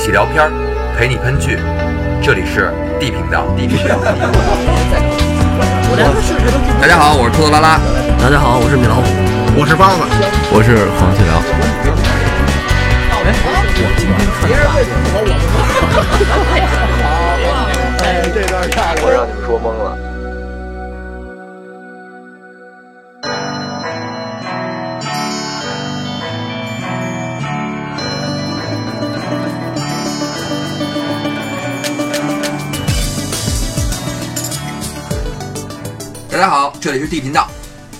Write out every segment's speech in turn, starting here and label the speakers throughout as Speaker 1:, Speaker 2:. Speaker 1: 起聊片儿，陪你喷剧。这里是 D 频道，D 频道。大家好，我是兔子拉拉。
Speaker 2: 大家好，我是米老虎。
Speaker 3: 我是包子，
Speaker 4: 我是黄继辽。
Speaker 1: 我让你们说懵了。大家好，这里是 D 频道，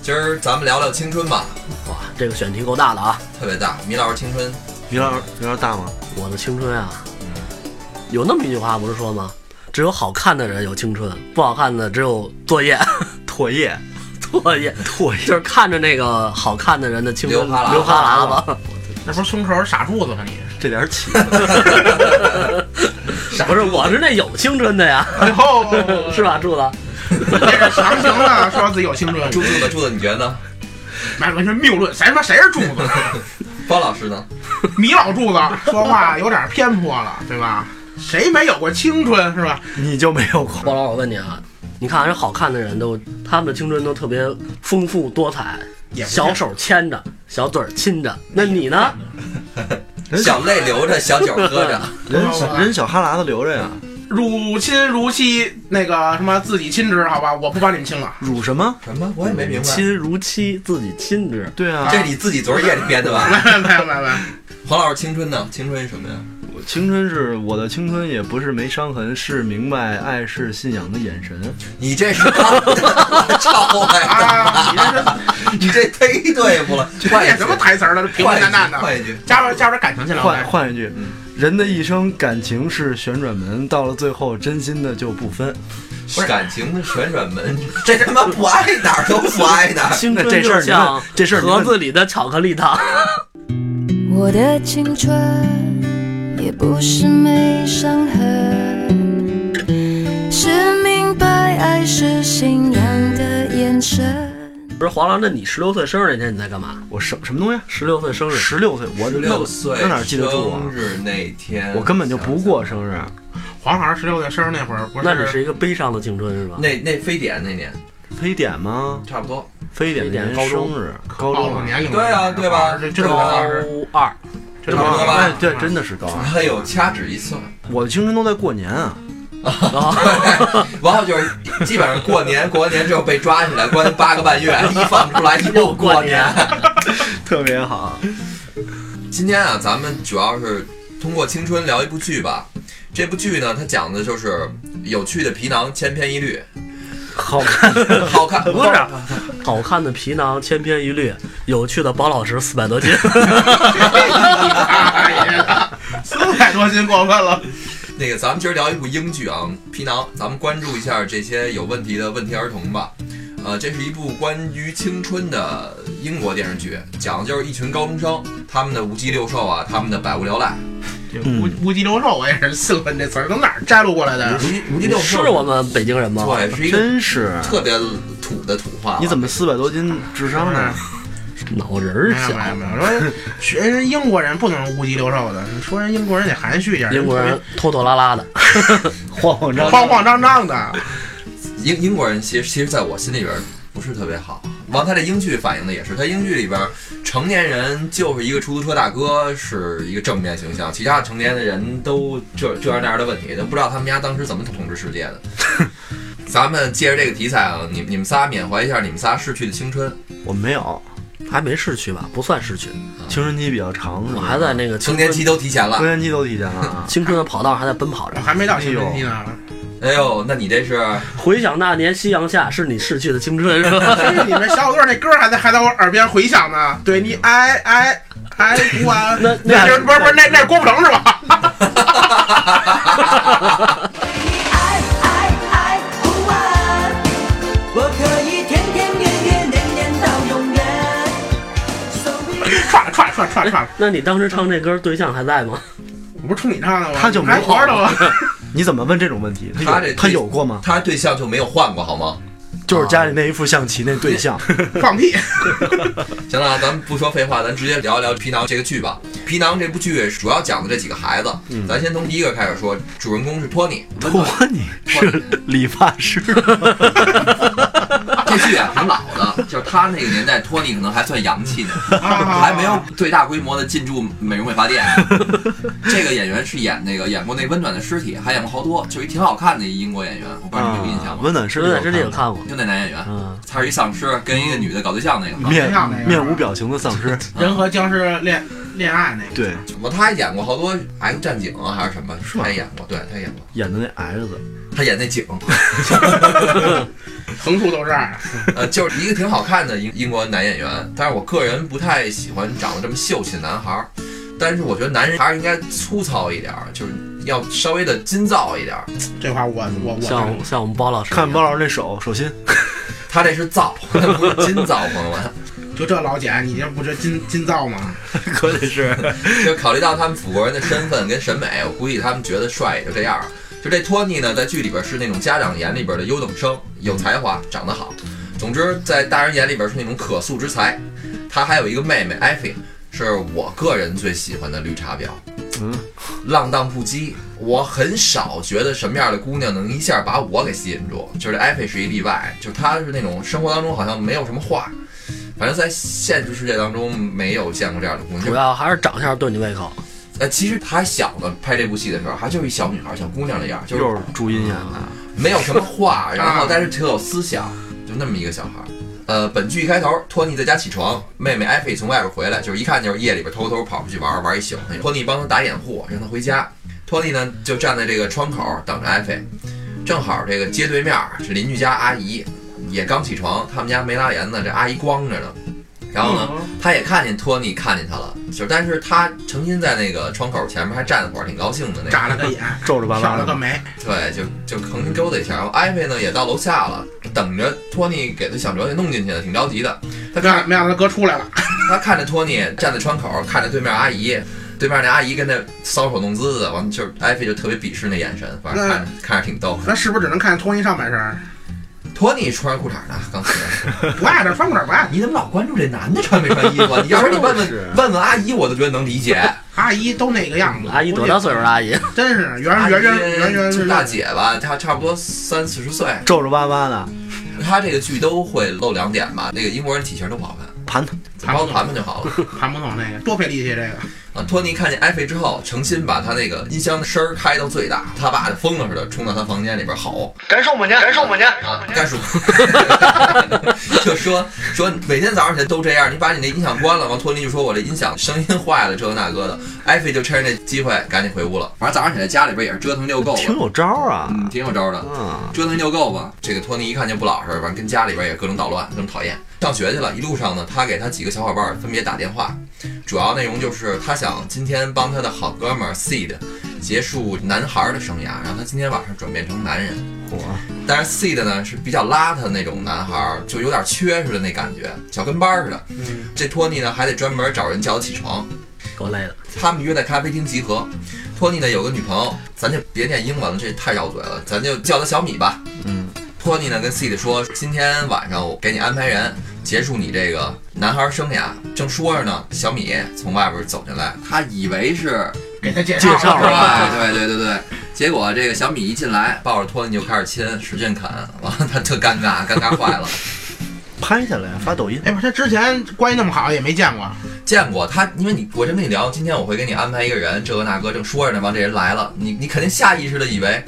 Speaker 1: 今儿咱们聊聊青春吧，
Speaker 2: 哇，这个选题够大的啊！
Speaker 1: 特别大。米老师青春，
Speaker 3: 于老师，于老师大吗？
Speaker 2: 我的青春啊，
Speaker 4: 嗯
Speaker 2: 有那么一句话不是说吗？只有好看的人有青春，不好看的只有作业。
Speaker 4: 唾液，
Speaker 2: 作业，
Speaker 4: 唾液，
Speaker 2: 就是看着那个好看的人的青春
Speaker 1: 流哈喇子
Speaker 2: 流哈喇子。
Speaker 3: 那不是胸口傻柱子吗？你
Speaker 4: 这点气。啊
Speaker 2: 不是，我是那有青春的呀，
Speaker 3: 哎
Speaker 4: 嗯
Speaker 3: 呦，
Speaker 2: 是吧，柱子？
Speaker 3: 这个啥行啊？说自己有青春，
Speaker 1: 柱子柱子，你觉得呢？
Speaker 3: 完完全谬论，谁说谁是柱子？
Speaker 1: 包老师呢？
Speaker 3: 米老柱子说话有点偏颇了，对吧？谁没有过青春是吧？
Speaker 4: 你就没有过？
Speaker 2: 包老，我问你啊，你看人好看的人都，他们的青春都特别丰富多彩，
Speaker 3: 也不是
Speaker 2: 小手牵着，小嘴儿亲着。那你呢？
Speaker 1: 小泪流着，小酒喝 着，
Speaker 4: 人小人小哈喇子留着呀。
Speaker 3: 乳亲如妻，那个什么自己亲之，好吧，我不帮你们亲了。
Speaker 4: 乳什么？
Speaker 1: 什么？我也没明白。
Speaker 2: 亲如妻，自己亲之。
Speaker 4: 对啊，
Speaker 1: 这你自己昨儿夜里编的吧？
Speaker 3: 来来来来来，
Speaker 1: 黄老师青春呢？青春是什么呀？
Speaker 4: 我青春是我的青春，也不是没伤痕，是明白爱是信仰的眼神。
Speaker 1: 你这 是抄来
Speaker 3: 啊，你这是
Speaker 1: 的， 你这忒对付 了。
Speaker 3: 这
Speaker 1: 换一
Speaker 3: 念
Speaker 1: 句
Speaker 3: 什么，台词儿了？平平
Speaker 1: 换一
Speaker 3: 淡淡
Speaker 1: 句，
Speaker 3: 的，
Speaker 1: 换一句。
Speaker 3: 加点加点感情进来。
Speaker 4: 换
Speaker 3: 来
Speaker 4: 换一句，人的一生感情是旋转门，到了最后真心的就不分。
Speaker 1: 感情的旋转门，这他妈不挨哪儿都不挨哪 儿。
Speaker 2: 青 春
Speaker 4: 那这事儿
Speaker 2: 就像
Speaker 4: 你问这事儿你问
Speaker 2: 盒子里的巧克力糖。
Speaker 5: 我的青春也不是没伤痕，是明白爱是信仰的眼神。
Speaker 2: 不是黄老，那你十六岁生日那天你在干嘛？
Speaker 4: 我什什么东西？
Speaker 2: 十六岁生日，
Speaker 4: 十六岁，我
Speaker 1: 十
Speaker 4: 那
Speaker 1: 六岁
Speaker 4: 那哪记得住啊
Speaker 1: 生？日那天，
Speaker 4: 我根本就不过生日。
Speaker 3: 黄老师十六岁生日那会儿，不
Speaker 2: 那你
Speaker 3: 是
Speaker 2: 是一个悲伤的青春是吧？
Speaker 1: 那那非典那年
Speaker 4: 非典吗？
Speaker 1: 差不多。
Speaker 4: 非典那
Speaker 2: 非典
Speaker 4: 年
Speaker 2: 高中
Speaker 4: 生日，高
Speaker 3: 暴露
Speaker 4: 中
Speaker 3: 年龄了？
Speaker 1: 对啊对吧
Speaker 3: 这这怎么
Speaker 1: 对
Speaker 3: 回
Speaker 1: 啊
Speaker 3: 事？
Speaker 2: 高二，
Speaker 3: 这怎
Speaker 1: 这
Speaker 3: 么
Speaker 1: 不得
Speaker 3: 回事
Speaker 1: 了
Speaker 4: 哎，对，真的是高二。
Speaker 1: 哎呦，掐指一算，
Speaker 4: 我的青春都在过年啊。
Speaker 1: 然后就是基本上过年，过完年之后被抓起来关八个半月，一放出来又过年。
Speaker 4: 特别好。
Speaker 1: 今天啊，咱们主要是通过青春聊一部剧吧。这部剧呢，它讲的就是有趣的皮囊千篇一律，
Speaker 4: 好看，
Speaker 1: 好 看。
Speaker 2: 不是，好看的皮囊千篇一律，有趣的包老师四百多斤。
Speaker 3: 大爷的，哎四百多斤过分了。
Speaker 1: 那个，咱们今儿聊一部英剧啊，《皮囊》，咱们关注一下这些有问题的问题儿童吧。呃，这是一部关于青春的英国电视剧，讲的就是一群高中生他们的无鸡六兽啊，他们的百无聊赖。
Speaker 3: 这无无鸡六兽，我也是兴奋这词儿，从哪儿摘录过来的
Speaker 1: 无？鸡无鸡六兽
Speaker 2: 是我们北京人吗？
Speaker 1: 对，是一个
Speaker 4: 真是。啊
Speaker 1: 特别土的土话。
Speaker 4: 你怎么四百多斤智商呢？
Speaker 2: 脑仁儿
Speaker 3: 没有没有
Speaker 2: 小，
Speaker 3: 没有，说学人英国人不能无鸡六兽的，你说人英国人得含蓄一点，
Speaker 2: 英国人拖拖拉拉的。
Speaker 4: 晃晃张
Speaker 3: 慌慌张张的。
Speaker 1: 英英国人其实其实在我心里边不是特别好。王太这英剧反映的也是，他英剧里边成年人就是一个出租车大哥是一个正面形象，其他成年的人都这这样那样的问题，都不知道他们家当时怎么统治世界的。 咱们借着这个题材啊，你你们仨缅怀一下你们仨逝去的青春。
Speaker 4: 我没有，
Speaker 2: 还没市区吧？不算市区，
Speaker 4: 青春期比较长，
Speaker 2: 我还在那个
Speaker 1: 成
Speaker 2: 青
Speaker 1: 年期
Speaker 2: 春
Speaker 1: 都提前
Speaker 4: 更
Speaker 1: 了，
Speaker 4: 年期都提前了 啊。
Speaker 2: 青春的跑道还在奔跑
Speaker 3: 我
Speaker 2: 着。
Speaker 3: 还没到青春期呢，
Speaker 1: 哎呦，那你这是
Speaker 2: 回想那年夕阳下，是你逝去的青春是吧？
Speaker 3: 真是你们小伙伴那歌还在还在我耳边回响呢。对你爱爱爱不完，
Speaker 2: 那那
Speaker 3: 那是不是不是那那是郭富城是吧？
Speaker 6: 爱爱爱不完，我可以天天月月年年到永远。So we
Speaker 3: 串串串串串，
Speaker 2: 那你当时唱这歌对象还在吗？
Speaker 3: 我不是冲你唱的吗？
Speaker 4: 他就没
Speaker 3: 还活着吗？
Speaker 4: 你怎么问这种问题？
Speaker 1: 他
Speaker 4: 他
Speaker 1: 这
Speaker 4: 有他有过吗？
Speaker 1: 他对象就没有换过好吗？
Speaker 4: 就是家里那一副象棋那对象，
Speaker 3: 放屁！
Speaker 1: 行了，咱们不说废话，咱直接聊一聊《皮囊》这个剧吧。《皮囊》这部剧主要讲的这几个孩子，咱先从第一个开始说，主人公是托尼。
Speaker 4: 嗯托尼是理发师，
Speaker 1: 这剧啊挺老的，就是他那个年代，托尼可能还算洋气呢，
Speaker 4: 啊
Speaker 1: 还没有最大规模的进驻美容美发店。 这个演员是演那个演过那《温暖的尸体》，还演过好多，就一挺好看的一英国演员，我不知道你们有印象
Speaker 4: 啊
Speaker 1: 吗？
Speaker 4: 温暖师，
Speaker 2: 真的真的有看过，
Speaker 1: 就那男演员，
Speaker 2: 嗯，
Speaker 1: 他是一丧尸，跟一个女的搞对象那个。
Speaker 4: 面面无表情的丧尸，
Speaker 3: 人和僵尸恋恋爱那个，
Speaker 4: 对，
Speaker 1: 我他还演过好多《X 战警》啊，还是什么，
Speaker 4: 吗
Speaker 1: 他也演过，对他演过，
Speaker 4: 演的那 X，
Speaker 1: 他演那警。
Speaker 3: 横竖都是这样的。
Speaker 1: 呃，就是一个挺好看的英英国男演员，但是我个人不太喜欢长得这么秀气的男孩儿。但是我觉得男人还是应该粗糙一点儿，就是要稍微的筋造一点儿。
Speaker 3: 这话我我我
Speaker 2: 嗯像像我们包老师一样，
Speaker 4: 看包老师那手手心，
Speaker 1: 他这是造， 不是筋造，朋友们。
Speaker 3: 就这老茧，你这不这金金造吗？
Speaker 4: 可得 是
Speaker 1: 就考虑到他们法国人的身份跟审美，我估计他们觉得帅也就这样儿。就这托尼呢，在剧里边是那种家长眼里边的优等生，有才华，长得好。总之，在大人眼里边是那种可塑之才。他还有一个妹妹艾菲，是我个人最喜欢的绿茶婊。
Speaker 4: 嗯，
Speaker 1: 浪荡不羁。我很少觉得什么样的姑娘能一下把我给吸引住，就是艾菲是一例外，就是她是那种生活当中好像没有什么话，反正在现实世界当中没有见过这样的姑娘。
Speaker 2: 主要还是长相对你胃口，
Speaker 1: 呃，其实她还小呢，拍这部戏的时候，还就是一小女孩、小姑娘的样儿，就
Speaker 4: 又
Speaker 1: 是
Speaker 4: 是朱茵演的，
Speaker 1: 没有什么话，然后但是挺有思想，就那么一个小孩儿。呃，本剧一开头，托尼在家起床，妹妹艾菲从外边回来，就是一看就是夜里边偷偷跑出去玩儿玩一宿那种。托尼帮她打掩护，让她回家。托尼呢就站在这个窗口等着艾菲，正好这个街对面儿是邻居家阿姨，也刚起床，他们家没拉帘子，这阿姨光着呢。然后呢，她也看见托尼看见她了，就是但是她诚心在那个窗口前面还站了会儿，挺高兴的那个。
Speaker 3: 眨了个眼，
Speaker 4: 皱着巴
Speaker 3: 挑
Speaker 4: 巴
Speaker 3: 了个
Speaker 4: 的，
Speaker 3: 眉，
Speaker 1: 对，就就横着勾搭一下。然后艾菲呢也到楼下了，等着托尼给他想辙给弄进去了，挺着急的。他
Speaker 3: 没
Speaker 1: 看
Speaker 3: 想没想到他哥出来了，
Speaker 1: 他看着托尼站在窗口，看着对面阿姨，对面那阿姨跟那搔首弄姿的，完了就是艾菲就特别鄙视那眼神，反正看着看着挺逗。
Speaker 3: 那是不是只能看托尼上半身？
Speaker 1: 托尼穿着裤衩呢，刚才
Speaker 3: 不爱这翻裤衩不爱。
Speaker 1: 你怎么老关注这男的穿没穿衣服啊？你要不然你问
Speaker 4: 是
Speaker 1: 问问问阿姨，我都觉得能理解。
Speaker 3: 阿姨都那个样子，
Speaker 2: 嗯阿姨多大岁数？阿姨
Speaker 3: 我真是
Speaker 1: 阿
Speaker 3: 圆
Speaker 1: 姨
Speaker 3: 圆圆圆圆
Speaker 1: 就是是大姐吧，她差不多三四十岁。
Speaker 4: 皱着巴巴的，
Speaker 1: 她这个剧都会露两点吧，那个英国人体型都不好看，
Speaker 4: 盘他，
Speaker 1: 只包盘盘就好了。
Speaker 3: 盘不懂那个，多费力气这个。
Speaker 1: 啊，托尼看见艾菲之后，诚心把他那个音箱的声儿开到最大，他爸就疯了似的冲到他房间里边吼
Speaker 7: 敢说我们家，敢说我们家，
Speaker 1: 啊，干叔，就说说每天早上起来都这样，你把你那音响关了。完，托尼就说我这音响声音坏了，这个那个的。艾菲就趁着这机会赶紧回屋了。反正早上起来家里边也是折腾遛够
Speaker 4: 挺
Speaker 1: 了，
Speaker 4: 有招儿啊，
Speaker 1: 嗯，挺有招的。
Speaker 4: 嗯，
Speaker 1: 折腾就够吧。这个托尼一看就不老实，反正跟家里边也各种捣乱，各种讨厌。上学去了，一路上呢，他给他几个小伙伴儿分别打电话，主要内容就是他想今天帮他的好哥们儿 Seed 结束男孩儿的生涯，让他今天晚上转变成男人。
Speaker 4: 火，
Speaker 1: 但是 Seed 呢是比较邋遢那种男孩儿，就有点缺似的那感觉，小跟班儿似的。
Speaker 3: 嗯，
Speaker 1: 这托尼呢还得专门找人叫他起床，
Speaker 2: 够累的，
Speaker 1: 他们约在咖啡厅集合。托尼呢有个女朋友，咱就别念英文了，这太绕嘴了，咱就叫她小米吧。
Speaker 4: 嗯，
Speaker 1: 托尼呢跟 Seed 说，今天晚上我给你安排人，结束你这个男孩生涯。正说着呢，小米从外边走进来，他以为是，
Speaker 3: 给他介
Speaker 4: 介绍
Speaker 3: 是吧？
Speaker 1: 对对对对对。结果这个小米一进来，抱着托尼就开始亲，使劲啃，完了他特尴尬，尴尬坏了。
Speaker 4: 拍下来发抖音，
Speaker 3: 哎，不是，他之前关系那么好，也没见过。
Speaker 1: 见过他，因为你我真跟你聊，今天我会给你安排一个人，这个那个正说着呢，完这人来了，你你肯定下意识的以为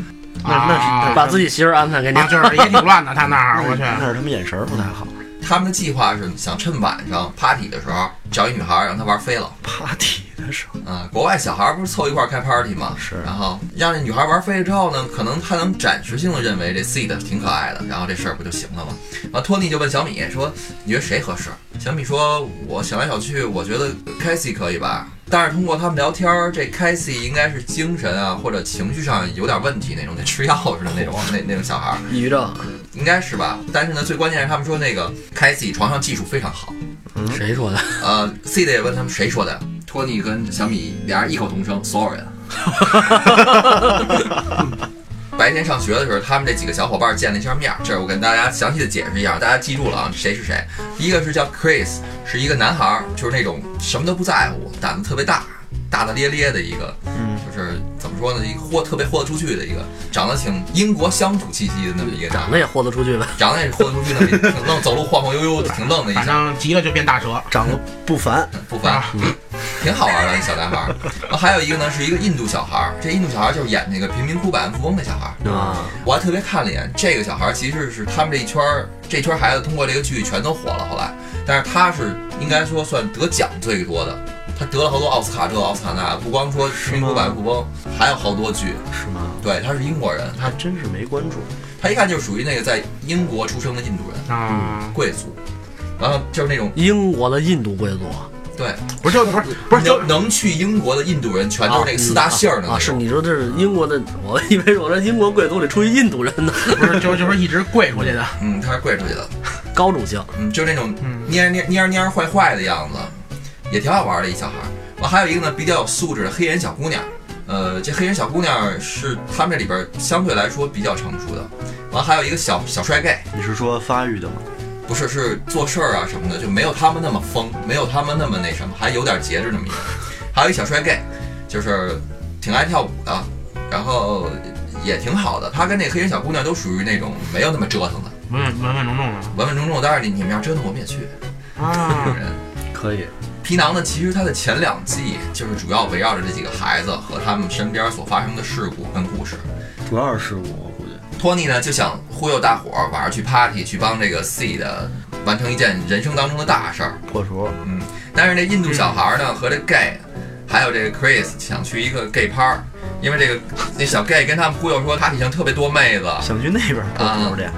Speaker 4: 那那是
Speaker 3: 啊
Speaker 2: 把自己媳妇儿安排给你
Speaker 3: 啊，，就是也挺乱的，他那儿我去。 啊
Speaker 4: 那是他们眼神儿不太好
Speaker 1: 他们的计划是想趁晚上 party 的时候找一女孩让她玩飞了。
Speaker 4: ，party 的时候，
Speaker 1: 啊、国外小孩不是凑一块儿开 party 吗？
Speaker 4: 是
Speaker 1: 然后让这女孩玩飞了之后呢，可能她能暂时性的认为这 seed 挺可爱的，然后这事儿不就行了吗？然后托尼就问小米说：“你觉得谁合适？”小米说：“我想来想去，我觉得 c a s i e 可以吧。”但是通过他们聊天儿，这 c a s i e 应该是精神啊或者情绪上有点问题那种，得吃药似的那种那那种小孩儿，
Speaker 2: 抑郁症，
Speaker 1: 应该是吧？但是呢，最关键是他们说那个 c a s i e 床上技术非常好。
Speaker 2: 谁说的？
Speaker 1: 呃，C 的也问他们谁说的，托尼跟小米俩人异口同声，所有人，白白天上学的时候，他们这几个小伙伴见了一下面儿。这儿我跟大家详细的解释一下，大家记住了啊，谁是谁。第一个是叫 Chris，是一个男孩儿，就是那种什么都不在乎，胆子特别大，大大咧咧的一个，
Speaker 4: 嗯，
Speaker 1: 就是怎么说呢，一个豁特别豁得出去的一个，长得挺英国乡土气息的那么一个
Speaker 2: 长
Speaker 1: 长
Speaker 2: 得
Speaker 1: 得，
Speaker 2: 也豁得出去呗，
Speaker 1: 长得也是豁得出去那么一个挺愣，走路晃晃悠悠的，挺愣的一
Speaker 3: 反
Speaker 1: 小
Speaker 3: 正急了就变大蛇。
Speaker 4: 长得不凡，
Speaker 1: 不凡
Speaker 3: 啊，
Speaker 1: 挺好玩的一小男孩儿。然后还有一个呢，是一个印度小孩儿，这印度小孩儿就是演那个贫民窟百万富翁的小孩儿。
Speaker 4: 嗯
Speaker 2: 啊，
Speaker 1: 我还特别看了一眼，这个小孩儿其实是他们这一圈儿，这圈儿孩子通过这个剧全都火了。后来，但是他是应该说算得奖最多的，他得了好多奥斯卡这奥斯卡那，不光说《贫民窟
Speaker 4: 吗
Speaker 1: 百万富翁》，还有好多剧。
Speaker 4: 是吗？
Speaker 1: 对，他是英国人，他
Speaker 4: 还真是没关注。
Speaker 1: 他一看就是属于那个在英国出生的印度人，
Speaker 3: 啊，
Speaker 1: 贵族，然后就是那种
Speaker 2: 英国的印度贵族，啊
Speaker 1: 对
Speaker 3: 不是就不是不是就
Speaker 1: 能能去英国的印度人，全都是那个四大姓儿的
Speaker 2: 啊，
Speaker 1: 那
Speaker 2: 是
Speaker 1: 种。
Speaker 2: 你说这是英国的，我以为我说英国贵族里出一印度人呢，
Speaker 3: 不是就就是一直跪出去的。
Speaker 1: 嗯，他是跪出去的，
Speaker 2: 高种姓，
Speaker 1: 嗯，就那种
Speaker 3: 嗯
Speaker 1: 蔫儿蔫儿蔫儿蔫儿坏坏的样子，也挺好玩的一小孩儿。完还有一个呢，比较有素质的黑人小姑娘，呃，这黑人小姑娘是他们这里边儿相对来说比较成熟的。完还有一个小小帅 gay，
Speaker 4: 你是说发育的吗？
Speaker 1: 不是是做事儿啊什么的，就没有他们那么疯，没有他们那么那什么，还有点节制那么一个。还有一小帅 gay，就是挺爱跳舞的，然后也挺好的。他跟那黑人小姑娘都属于那种没有那么折腾的，
Speaker 3: 稳稳稳稳重重的
Speaker 1: 稳稳重重。但是你你们要折腾，我们也去。
Speaker 3: 啊，
Speaker 1: 人。
Speaker 4: 可以，
Speaker 1: 皮囊呢，其实它的前两季就是主要围绕着这几个孩子和他们身边所发生的事故跟故事。
Speaker 4: 主要是失误，我估计。
Speaker 1: 托尼呢就想忽悠大伙儿晚上去 party 去帮这个 C 的完成一件人生当中的大事儿，
Speaker 4: 破除，
Speaker 1: 但是这印度小孩儿呢和这 gay，还有这个 Chris 想去一个 gay 趴儿，因为这个那小 gay 跟他们忽悠说他体上特别多妹子，
Speaker 4: 想去那边破除去。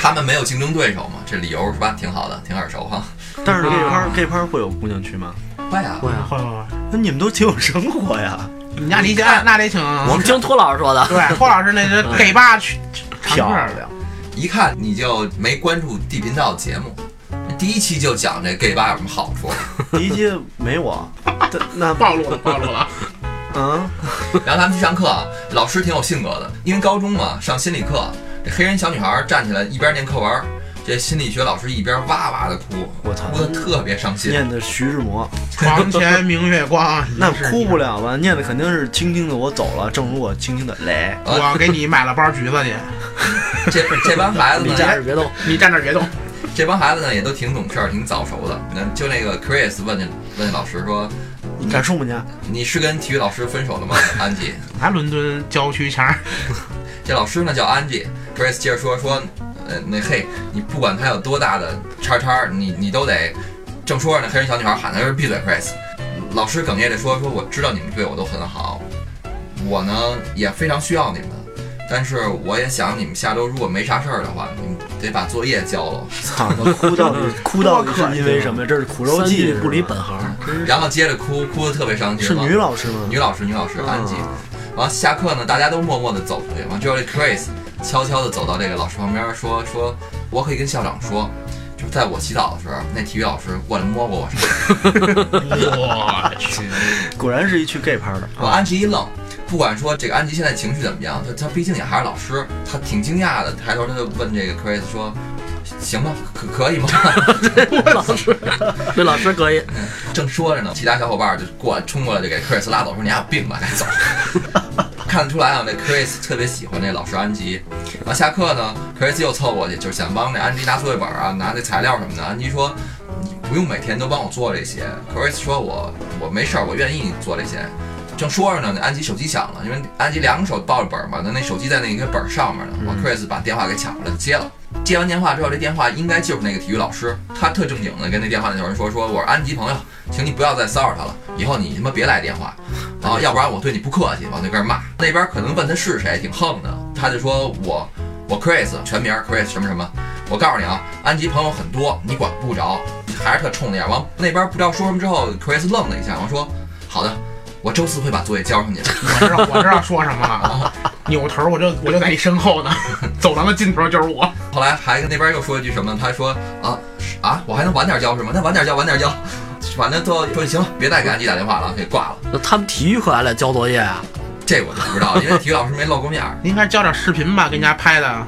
Speaker 1: 他们没有竞争对手嘛，这理由是吧？挺好的，挺耳熟哈。
Speaker 4: 但是 gay
Speaker 3: 啊
Speaker 4: p 这 gay 会有姑娘去吗？
Speaker 1: 对呀，
Speaker 2: 对啊，
Speaker 3: 会会会，
Speaker 4: 那你们都挺有生活呀，
Speaker 3: 你家离家那得请
Speaker 2: 我们听托老师 说的，
Speaker 3: 对霍老师那是 gay 吧去常客
Speaker 4: 漂
Speaker 3: 了。
Speaker 1: 一看你就没关注地频道节目，第一期就讲这 gay 吧有什么好处，
Speaker 4: 第一期 没我，但那
Speaker 3: 暴露了，暴露了。
Speaker 4: 啊，
Speaker 1: 然后他们去上课，啊，老师挺有性格的，因为高中嘛上心理课，这黑人小女孩站起来一边念课文儿，这心理学老师一边哇哇的哭，
Speaker 4: 我操
Speaker 1: 哭的特别伤心。
Speaker 4: 念的徐志摩，
Speaker 3: 床前明月光，
Speaker 4: 那
Speaker 3: 疑是啊
Speaker 4: 哭
Speaker 3: 地
Speaker 4: 不。了吧？念的肯定是轻轻的，我走了，正如我轻轻的来。
Speaker 3: 我给你买了包橘子去，
Speaker 1: 呃这这帮孩子
Speaker 2: 李
Speaker 1: 呢，
Speaker 2: 佳是别动，
Speaker 3: 你站那儿别动。
Speaker 1: 这帮孩子呢也都挺懂事儿，挺早熟的。那就那个 Chris 问那问那老师说
Speaker 4: 你敢送不呢？：“
Speaker 1: 你是跟体育老师分手了吗，安吉？”
Speaker 3: 来伦敦郊区前儿，
Speaker 1: 这老师呢叫安吉，Grace 接着说说，呃，那嘿，你不管他有多大的叉叉，你你都得，正说着呢，黑人小女孩喊他说闭嘴，Grace。老师哽咽着说说我知道你们对我都很好，我呢也非常需要你们，但是我也想你们下周如果没啥事儿的话，你们得把作业交了。
Speaker 4: 操，那哭到底哭到底是因为什么呀？这是苦肉
Speaker 2: 三
Speaker 4: 计
Speaker 2: 句
Speaker 4: 是吧，
Speaker 2: 不离本行，
Speaker 1: 然后接着哭，哭得特别伤心。
Speaker 4: 是女老师吗？
Speaker 1: 女老师，女老师安吉。
Speaker 4: 啊
Speaker 1: 完下课呢，大家都默默地走出去，完之后这 Chris 悄悄地走到这个老师旁边说说，我可以跟校长说，就是在我洗澡的时候，那体育老师过来摸过我手，
Speaker 3: 我去，
Speaker 4: 果然是一去 gay 趴的
Speaker 1: 我
Speaker 4: 啊！
Speaker 1: 安吉一愣。不管说这个安吉现在情绪怎么样，他他毕竟也还是老师，他挺惊讶的，抬头他就问这个 Chris 说：“行吗？可可以吗？”
Speaker 2: 对老师可以，
Speaker 1: 正说着呢，其他小伙伴就过来冲过来就给 Chris 拉走，说你还有病吧，赶紧走。 看得出来啊，那 Chris 特别喜欢这老师安吉。然后下课呢，Chris 又凑过去，就是想帮这安吉拿作业本啊，拿那材料什么的。安吉说：“你不用每天都帮我做这些。”Chris 说我：“我没事儿，我愿意做这些。”正说着呢，那安吉手机响了，因为安吉两个手抱着本嘛，那那手机在那个本上面呢。我 Chris 把电话给抢过来接了。接完电话之后，这电话应该就是那个体育老师，他特正经的跟那电话那小人说：“说我是安吉朋友，请你不要再骚扰他了，以后你他妈别来电话，啊，要不然我对你不客气。”往那边骂，那边可能问他是谁，挺横的，他就说我我 Chris 全名 Chris 什么什么，我告诉你啊，安吉朋友很多，你管不着，还是特冲那样。完那边不知道说什么之后，Chris 愣了一下，我说好的，我周四会把作业交上去。
Speaker 3: 我知道，我知道说什么了。扭头我就我就在你身后呢，走廊的尽头就是我。
Speaker 1: 后来还跟那边又说一句什么，他说啊是啊，我还能晚点交是吗？那晚点交，晚点交。反正最后说行了，别再给安吉打电话了，给挂了。
Speaker 2: 那他们体育课还得交作业啊，
Speaker 1: 这我就不知道，因为体育老师没露过面儿。
Speaker 3: 您还教点视频吧，跟人家拍的，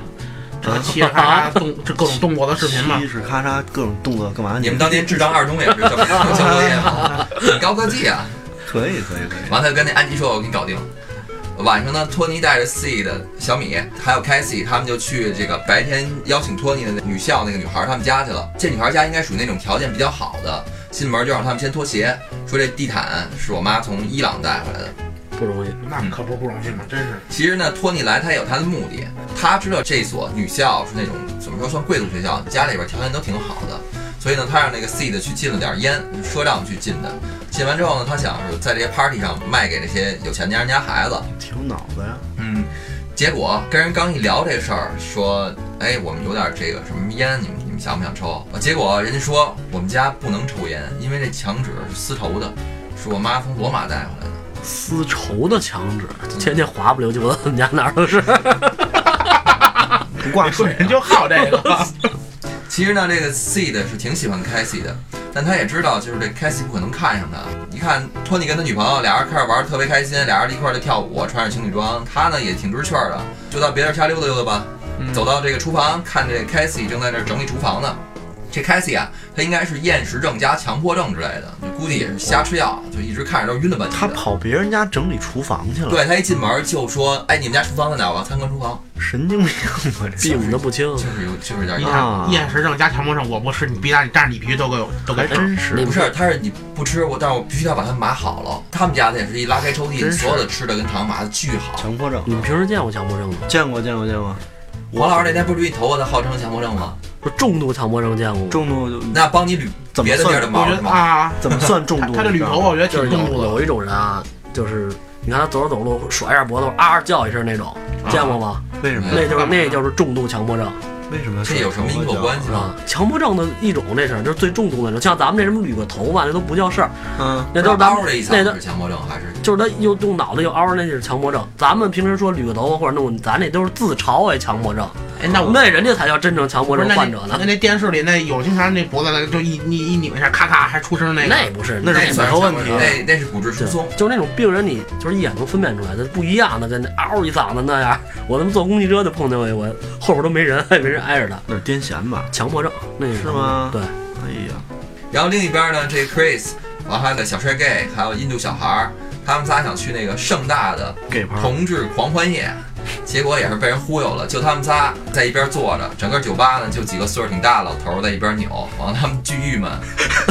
Speaker 3: 这骑着咔嚓动这各种动作的视频 嘛
Speaker 4: 七。是咔嚓各种动作干嘛？
Speaker 1: 你们当年智障二中也是这么交作业吗？很高科技啊！
Speaker 4: 可以可以可以，
Speaker 1: 完了，他就跟那安吉说：“我给你搞定。”晚上呢，托尼带着 C 的小米还有 c a s i e 他们就去这个白天邀请托尼的女校那个女孩儿他们家去了。这女孩儿家应该属于那种条件比较好的，进门就让他们先脱鞋，说这地毯是我妈从伊朗带回来的。
Speaker 2: 不容易。
Speaker 3: 那可不不容易嘛，真是。
Speaker 1: 其实呢，托尼来他也有他的目的，他知道这所女校是那种怎么说算贵族学校，家里边条件都挺好的，所以呢，他让那个 C 的去进了点烟，赊账去进的。进完之后呢，他想是在这些 party 上卖给这些有钱家人家孩子，
Speaker 4: 挺脑子呀。
Speaker 1: 嗯，结果跟人刚一聊这事儿，说，哎，我们有点这个什么烟，你们你们想不想抽？结果人家说我们家不能抽烟，因为这墙纸是丝绸的，是我妈从罗马带回来的。
Speaker 2: 丝绸的墙纸，天天滑不溜秋的，我们家哪儿 都是。
Speaker 4: 不挂
Speaker 3: 说
Speaker 4: 水
Speaker 3: 人就好这个，
Speaker 1: 其实呢，这个 C 的是挺喜欢 Cassie 的，但他也知道，就是这 Cassie 不可能看上他。一看托尼跟他女朋友俩人开始玩得特别开心，俩人一块儿就跳舞，穿着情侣装。他呢也挺知趣儿的，就到别地儿瞎溜达溜达吧。
Speaker 4: 嗯
Speaker 1: 走到这个厨房，看这 Cassie 正在那儿整理厨房呢。这 Cassie 啊，他应该是厌食症加强迫症之类的，就估计也是瞎吃药，就一直看着都晕了吧唧的。
Speaker 4: 他跑别人家整理厨房去了，
Speaker 1: 对他一进门就说：“哎，你们家厨房在哪儿？我要参观厨房。
Speaker 4: 神经病吧这
Speaker 2: 闭
Speaker 4: 小
Speaker 2: 捂的不清”
Speaker 1: 就，是有，就是有点
Speaker 3: 你
Speaker 1: 厌。
Speaker 4: 啊
Speaker 3: 看厌食症加强迫症，我不吃你必但但是你必须都给我都给吃。
Speaker 4: 还真是
Speaker 1: 不是，他是你不吃我，但是我必须要把它码好了。他们家的也是一拉开抽屉，
Speaker 4: 真是
Speaker 1: 所有的吃的跟糖码的巨好。
Speaker 4: 强迫症。
Speaker 2: 你们平时见过强迫症吗？
Speaker 4: 见过见过见过，
Speaker 1: 王老师那天不是捋头发，他号称强迫症吗？
Speaker 2: 不是重度强迫症见过吗？
Speaker 4: 重度就
Speaker 1: 那帮你捋
Speaker 4: 怎么
Speaker 1: 别的地儿的
Speaker 4: 算
Speaker 3: 我
Speaker 1: 毛
Speaker 3: 觉
Speaker 1: 是
Speaker 3: 得
Speaker 1: 吗？
Speaker 3: 啊，
Speaker 4: 怎么算重
Speaker 3: 他
Speaker 4: 度？
Speaker 3: 他这捋头发，
Speaker 4: 啊
Speaker 3: 我觉得
Speaker 2: 就是
Speaker 3: 挺
Speaker 2: 有
Speaker 3: 重度
Speaker 2: 有
Speaker 3: 的。
Speaker 2: 一种人啊，就是你看他走着走着路甩一下脖子，啊啊叫一声那种，见过吗？
Speaker 4: 为什么
Speaker 2: 那就是
Speaker 3: 嗯
Speaker 2: 那就是重度强迫症
Speaker 4: 为什么
Speaker 1: 这有什么因果关系吗？
Speaker 2: 啊，
Speaker 3: 嗯
Speaker 2: 强迫症的一种，这是就是最重度的那种。像咱们这什么捋个头发，那都不叫事儿，
Speaker 4: 嗯，
Speaker 2: 那都是咱
Speaker 1: 刀
Speaker 2: 们
Speaker 1: 的意思
Speaker 2: 那都
Speaker 1: 是强迫症还是？
Speaker 2: 就是他又动脑子又嗷，那就是强迫症。咱们平时说捋个头发或者弄，咱那都是自嘲为强迫症，
Speaker 3: 哎，那我
Speaker 2: 那人家才叫真正强迫
Speaker 3: 不是
Speaker 2: 症
Speaker 3: 那
Speaker 2: 患者
Speaker 3: 那
Speaker 2: 呢
Speaker 3: 那。那电视里那有经常那脖子就一一一拧一下，咔咔还出声那
Speaker 2: 那
Speaker 3: 个。
Speaker 2: 也不是，
Speaker 4: 那
Speaker 1: 那
Speaker 4: 是
Speaker 1: 算
Speaker 4: 骨
Speaker 1: 是
Speaker 4: 头
Speaker 1: 强迫
Speaker 4: 问题
Speaker 1: 症，那那是骨质疏
Speaker 2: 对
Speaker 1: 松。
Speaker 2: 就是那种病人，你就是一眼能分辨出来，他不一样的，跟那嗷一嗓子那样。我他妈坐公汽车就碰见过一回，后边都没人，也没人挨着他。
Speaker 4: 那是癫痫吧？
Speaker 2: 强迫症，那
Speaker 4: 是吗
Speaker 2: 对，
Speaker 4: 哎呀，
Speaker 1: 然后另一边呢，这 Chris，完还有个小帅 gay，还有印度小孩儿，他们仨想去那个盛大的
Speaker 4: 给牌儿
Speaker 1: 同志狂欢夜，结果也是被人忽悠了。就他们仨在一边坐着，整个酒吧呢就几个岁数挺大的老头儿在一边扭，完了他们巨郁闷，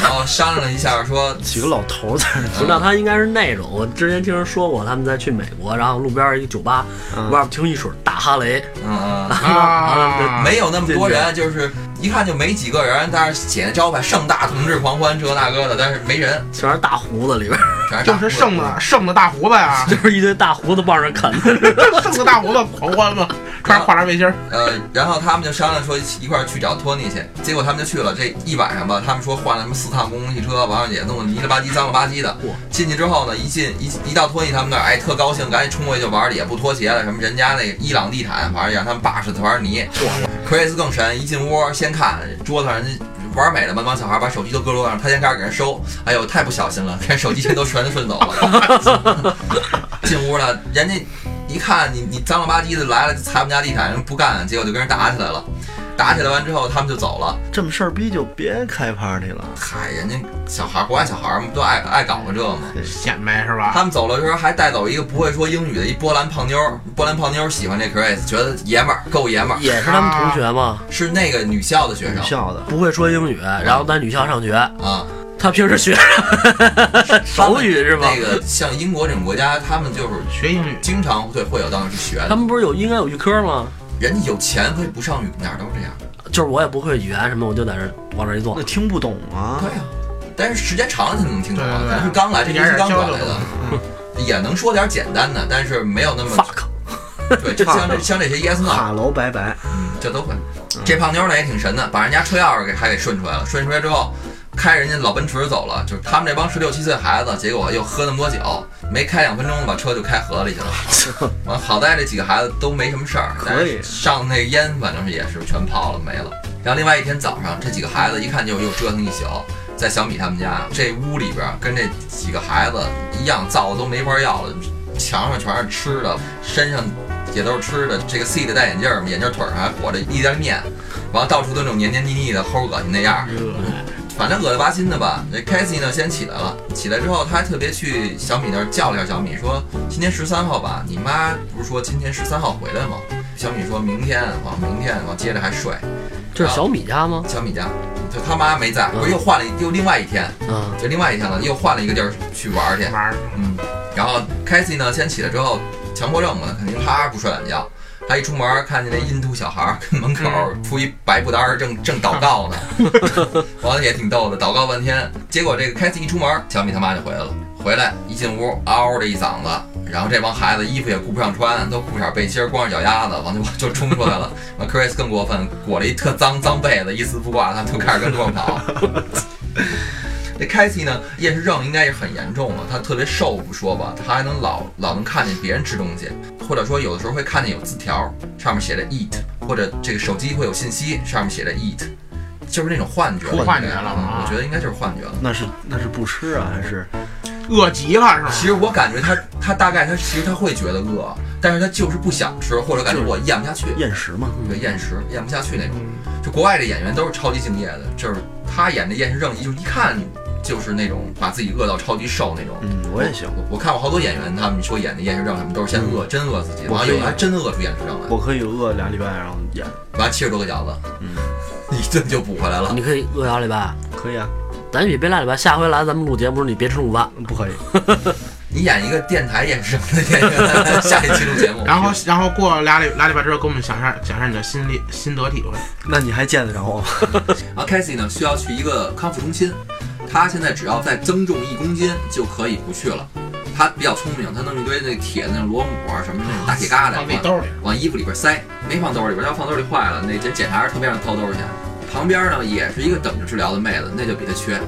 Speaker 1: 然后商量一下说，
Speaker 4: 几个老头儿在那
Speaker 2: 那他应该是那种，我之前听人说过，他们在去美国，然后路边一个酒吧，
Speaker 4: 嗯
Speaker 2: 外边停一水大哈雷，
Speaker 1: 嗯嗯。
Speaker 3: 啊，
Speaker 1: 没有那么多人，就是一看就没几个人，但是写的招牌“盛大同志狂欢”这那个的，但是没人，
Speaker 2: 全是大胡子里边，
Speaker 1: 全是大
Speaker 3: 就是剩
Speaker 1: 了。
Speaker 3: 的剩的大胡子呀，
Speaker 2: 就是一堆大胡子帮着啃。
Speaker 3: 剩的大胡子狂欢嘛，穿着跨栏背心儿。
Speaker 1: 呃，然后他们就商量说一块儿去找托尼去，结果他们就去了。这一晚上吧，他们说换了什么四趟公共汽车，完了也弄得泥了吧唧、脏了吧唧的
Speaker 2: 哇。
Speaker 1: 进去之后呢，一进一一到托尼他们那儿，哎，特高兴，赶紧冲过去就玩儿，也不脱鞋了。什么人家那个伊朗地毯，反正也让他们爸是团泥。克里斯更神，一进屋先看桌子上人家玩美了吧，帮小孩把手机都搁桌子上，他先开始给人收。哎呦，太不小心了，连手机全都顺顺走了。 进屋了，人家一看你你脏了吧唧的来了，踩我们家地毯，人不干，结果就跟人打起来了。打起来完之后，他们就走了。
Speaker 4: 这么事儿逼就别开 party 了，
Speaker 1: 嗨，人家小孩儿国外小孩儿嘛，都爱爱搞个这嘛。
Speaker 3: 显摆是啊吧？
Speaker 1: 他们走了之后，还带走一个不会说英语的一波兰胖妞儿。波兰胖妞儿喜欢这 Chris，觉得爷们儿够爷们儿，
Speaker 2: 也是他们同学嘛，
Speaker 1: 是那个女校的学
Speaker 4: 女
Speaker 1: 生
Speaker 4: 校的
Speaker 2: 啊不会说英语，然后在女校上学，
Speaker 1: 啊。
Speaker 2: 他平时学手语是吧？
Speaker 1: 那个像英国这种国家，他们就是
Speaker 3: 学英语，
Speaker 1: 经常对会有当时学
Speaker 2: 他
Speaker 1: 的，
Speaker 2: 们不是有应该有预科吗？
Speaker 1: 人家有钱可以不上语，哪儿都这样。
Speaker 2: 就是我也不会语言什么，我就在这儿往这儿一坐
Speaker 4: 那，听不懂啊
Speaker 1: 对，呀、但是时间长了才能听懂啊
Speaker 3: 对对。对
Speaker 1: 咱是刚来，这
Speaker 3: 这
Speaker 1: 学
Speaker 3: 点
Speaker 1: 期
Speaker 3: 点
Speaker 1: 刚
Speaker 3: 交
Speaker 1: 转
Speaker 3: 流
Speaker 1: 来的，也能说点简单的，但是没有那么
Speaker 2: fuck，
Speaker 1: 对，就像这像这些 yes no，
Speaker 4: 哈喽拜拜，
Speaker 1: 嗯这都会。这胖妞呢也挺神的，把人家车钥匙给还给顺出来了，顺出来之后。开人家老奔驰走了，就是他们这帮十六七岁孩子，结果又喝那么多酒，没开两分钟把车就开河里去 了。完，好在这几个孩子都没什么事儿，
Speaker 4: 可
Speaker 1: 但是
Speaker 4: 以
Speaker 1: 上那烟反正是也是全泡了没了。然后另外一天早上，这几个孩子一看就又折腾一宿，在小米他们家这屋里边儿跟这几个孩子一样，造的都没法要了，墙上全是吃的，身上也都是吃的。这个 C 的戴眼镜儿嘛，眼镜腿儿上还裹着意大利面，完了到处都那种黏黏腻腻的，齁恶心那样儿。反正恶了吧心的吧。这 Cassie 呢先起来了，起来之后，她还特别去小米那儿叫了一下小米，说今天十三号吧，你妈不是说今天十三号回来吗？小米说明天，啊，明天，啊，接着还睡。
Speaker 2: 这是小米家吗？
Speaker 1: 小米家，就他妈没在，我又换了一又另外一天，
Speaker 2: 啊，
Speaker 1: 就另外一天了，又换了一个地儿去玩儿去。
Speaker 3: 玩儿，
Speaker 1: 嗯，然后 Cassie 呢，先起来之后，强迫症嘛，肯定他不睡懒觉。他一出门，看见那印度小孩儿跟门口儿铺一白布单儿，正正祷告呢，完了也挺逗的，祷告半天。结果这个 Cassie 一出门，小米他妈就回来了。回来一进屋，嗷嗷的一嗓子，然后这帮孩子衣服也顾不上穿，都裤衩背心儿，光着脚丫子，完了就就冲出来了。完 Chris 更过分，裹了一特脏脏被子，一丝不挂，他们就开始跟路上跑。这 Cassie 呢，厌食症应该是很严重了。她特别瘦不说吧，她还能老老能看见别人吃东西，或者说有的时候会看见有字条，上面写着 eat，或者这个手机会有信息，上面写着 eat，就是那种幻觉。
Speaker 3: 幻觉
Speaker 1: 应该
Speaker 3: 了
Speaker 1: 嗯
Speaker 3: 啊
Speaker 1: 我觉得应该就是幻觉了。
Speaker 4: 那是那是不吃啊，还是
Speaker 3: 饿极了是吗？
Speaker 1: 其实我感觉他他大概他其实他会觉得饿，但是他就是不想吃，或者感觉我咽不下去，
Speaker 4: 厌食嘛？
Speaker 1: 对厌食咽不下去那种。
Speaker 4: 嗯
Speaker 1: 就国外的演员都是超级敬业的，就是他演的厌食症，就是一看就是那种把自己饿到超级瘦那种。
Speaker 4: 嗯，我也行，
Speaker 1: 我我看过好多演员，他们说演的厌食症，他们都是先饿，真饿自己，然
Speaker 4: 嗯我
Speaker 1: 后
Speaker 4: 可以
Speaker 1: 有的还真饿出厌食症来，
Speaker 4: 我可以饿俩礼拜，然后也
Speaker 1: 完七十多个饺子， 嗯，一顿就补回来了。
Speaker 2: 你可以饿俩礼拜，
Speaker 4: 可以啊，
Speaker 2: 咱也别俩礼拜，下回来咱们录节目，你别吃午饭。
Speaker 4: 嗯不可以？
Speaker 1: 你演一个电台厌食症的演员， 下一期录节目，
Speaker 3: 然后然后过俩礼俩礼拜之后，给我们讲一下讲一下你的心理心得体会。
Speaker 4: 那你还见得着我吗？
Speaker 1: 然后啊 Cassie 呢需要去一个康复中心，她现在只要再增重一公斤就可以不去了。她比较聪明，她弄一堆那铁那种螺母啊什么那种大铁疙瘩
Speaker 3: 放那兜里，
Speaker 1: 往衣服里边塞，没放兜里边，要放兜里坏了，那这检查是特别让她掏兜去。旁边呢也是一个等着治疗的妹子，那就比她缺，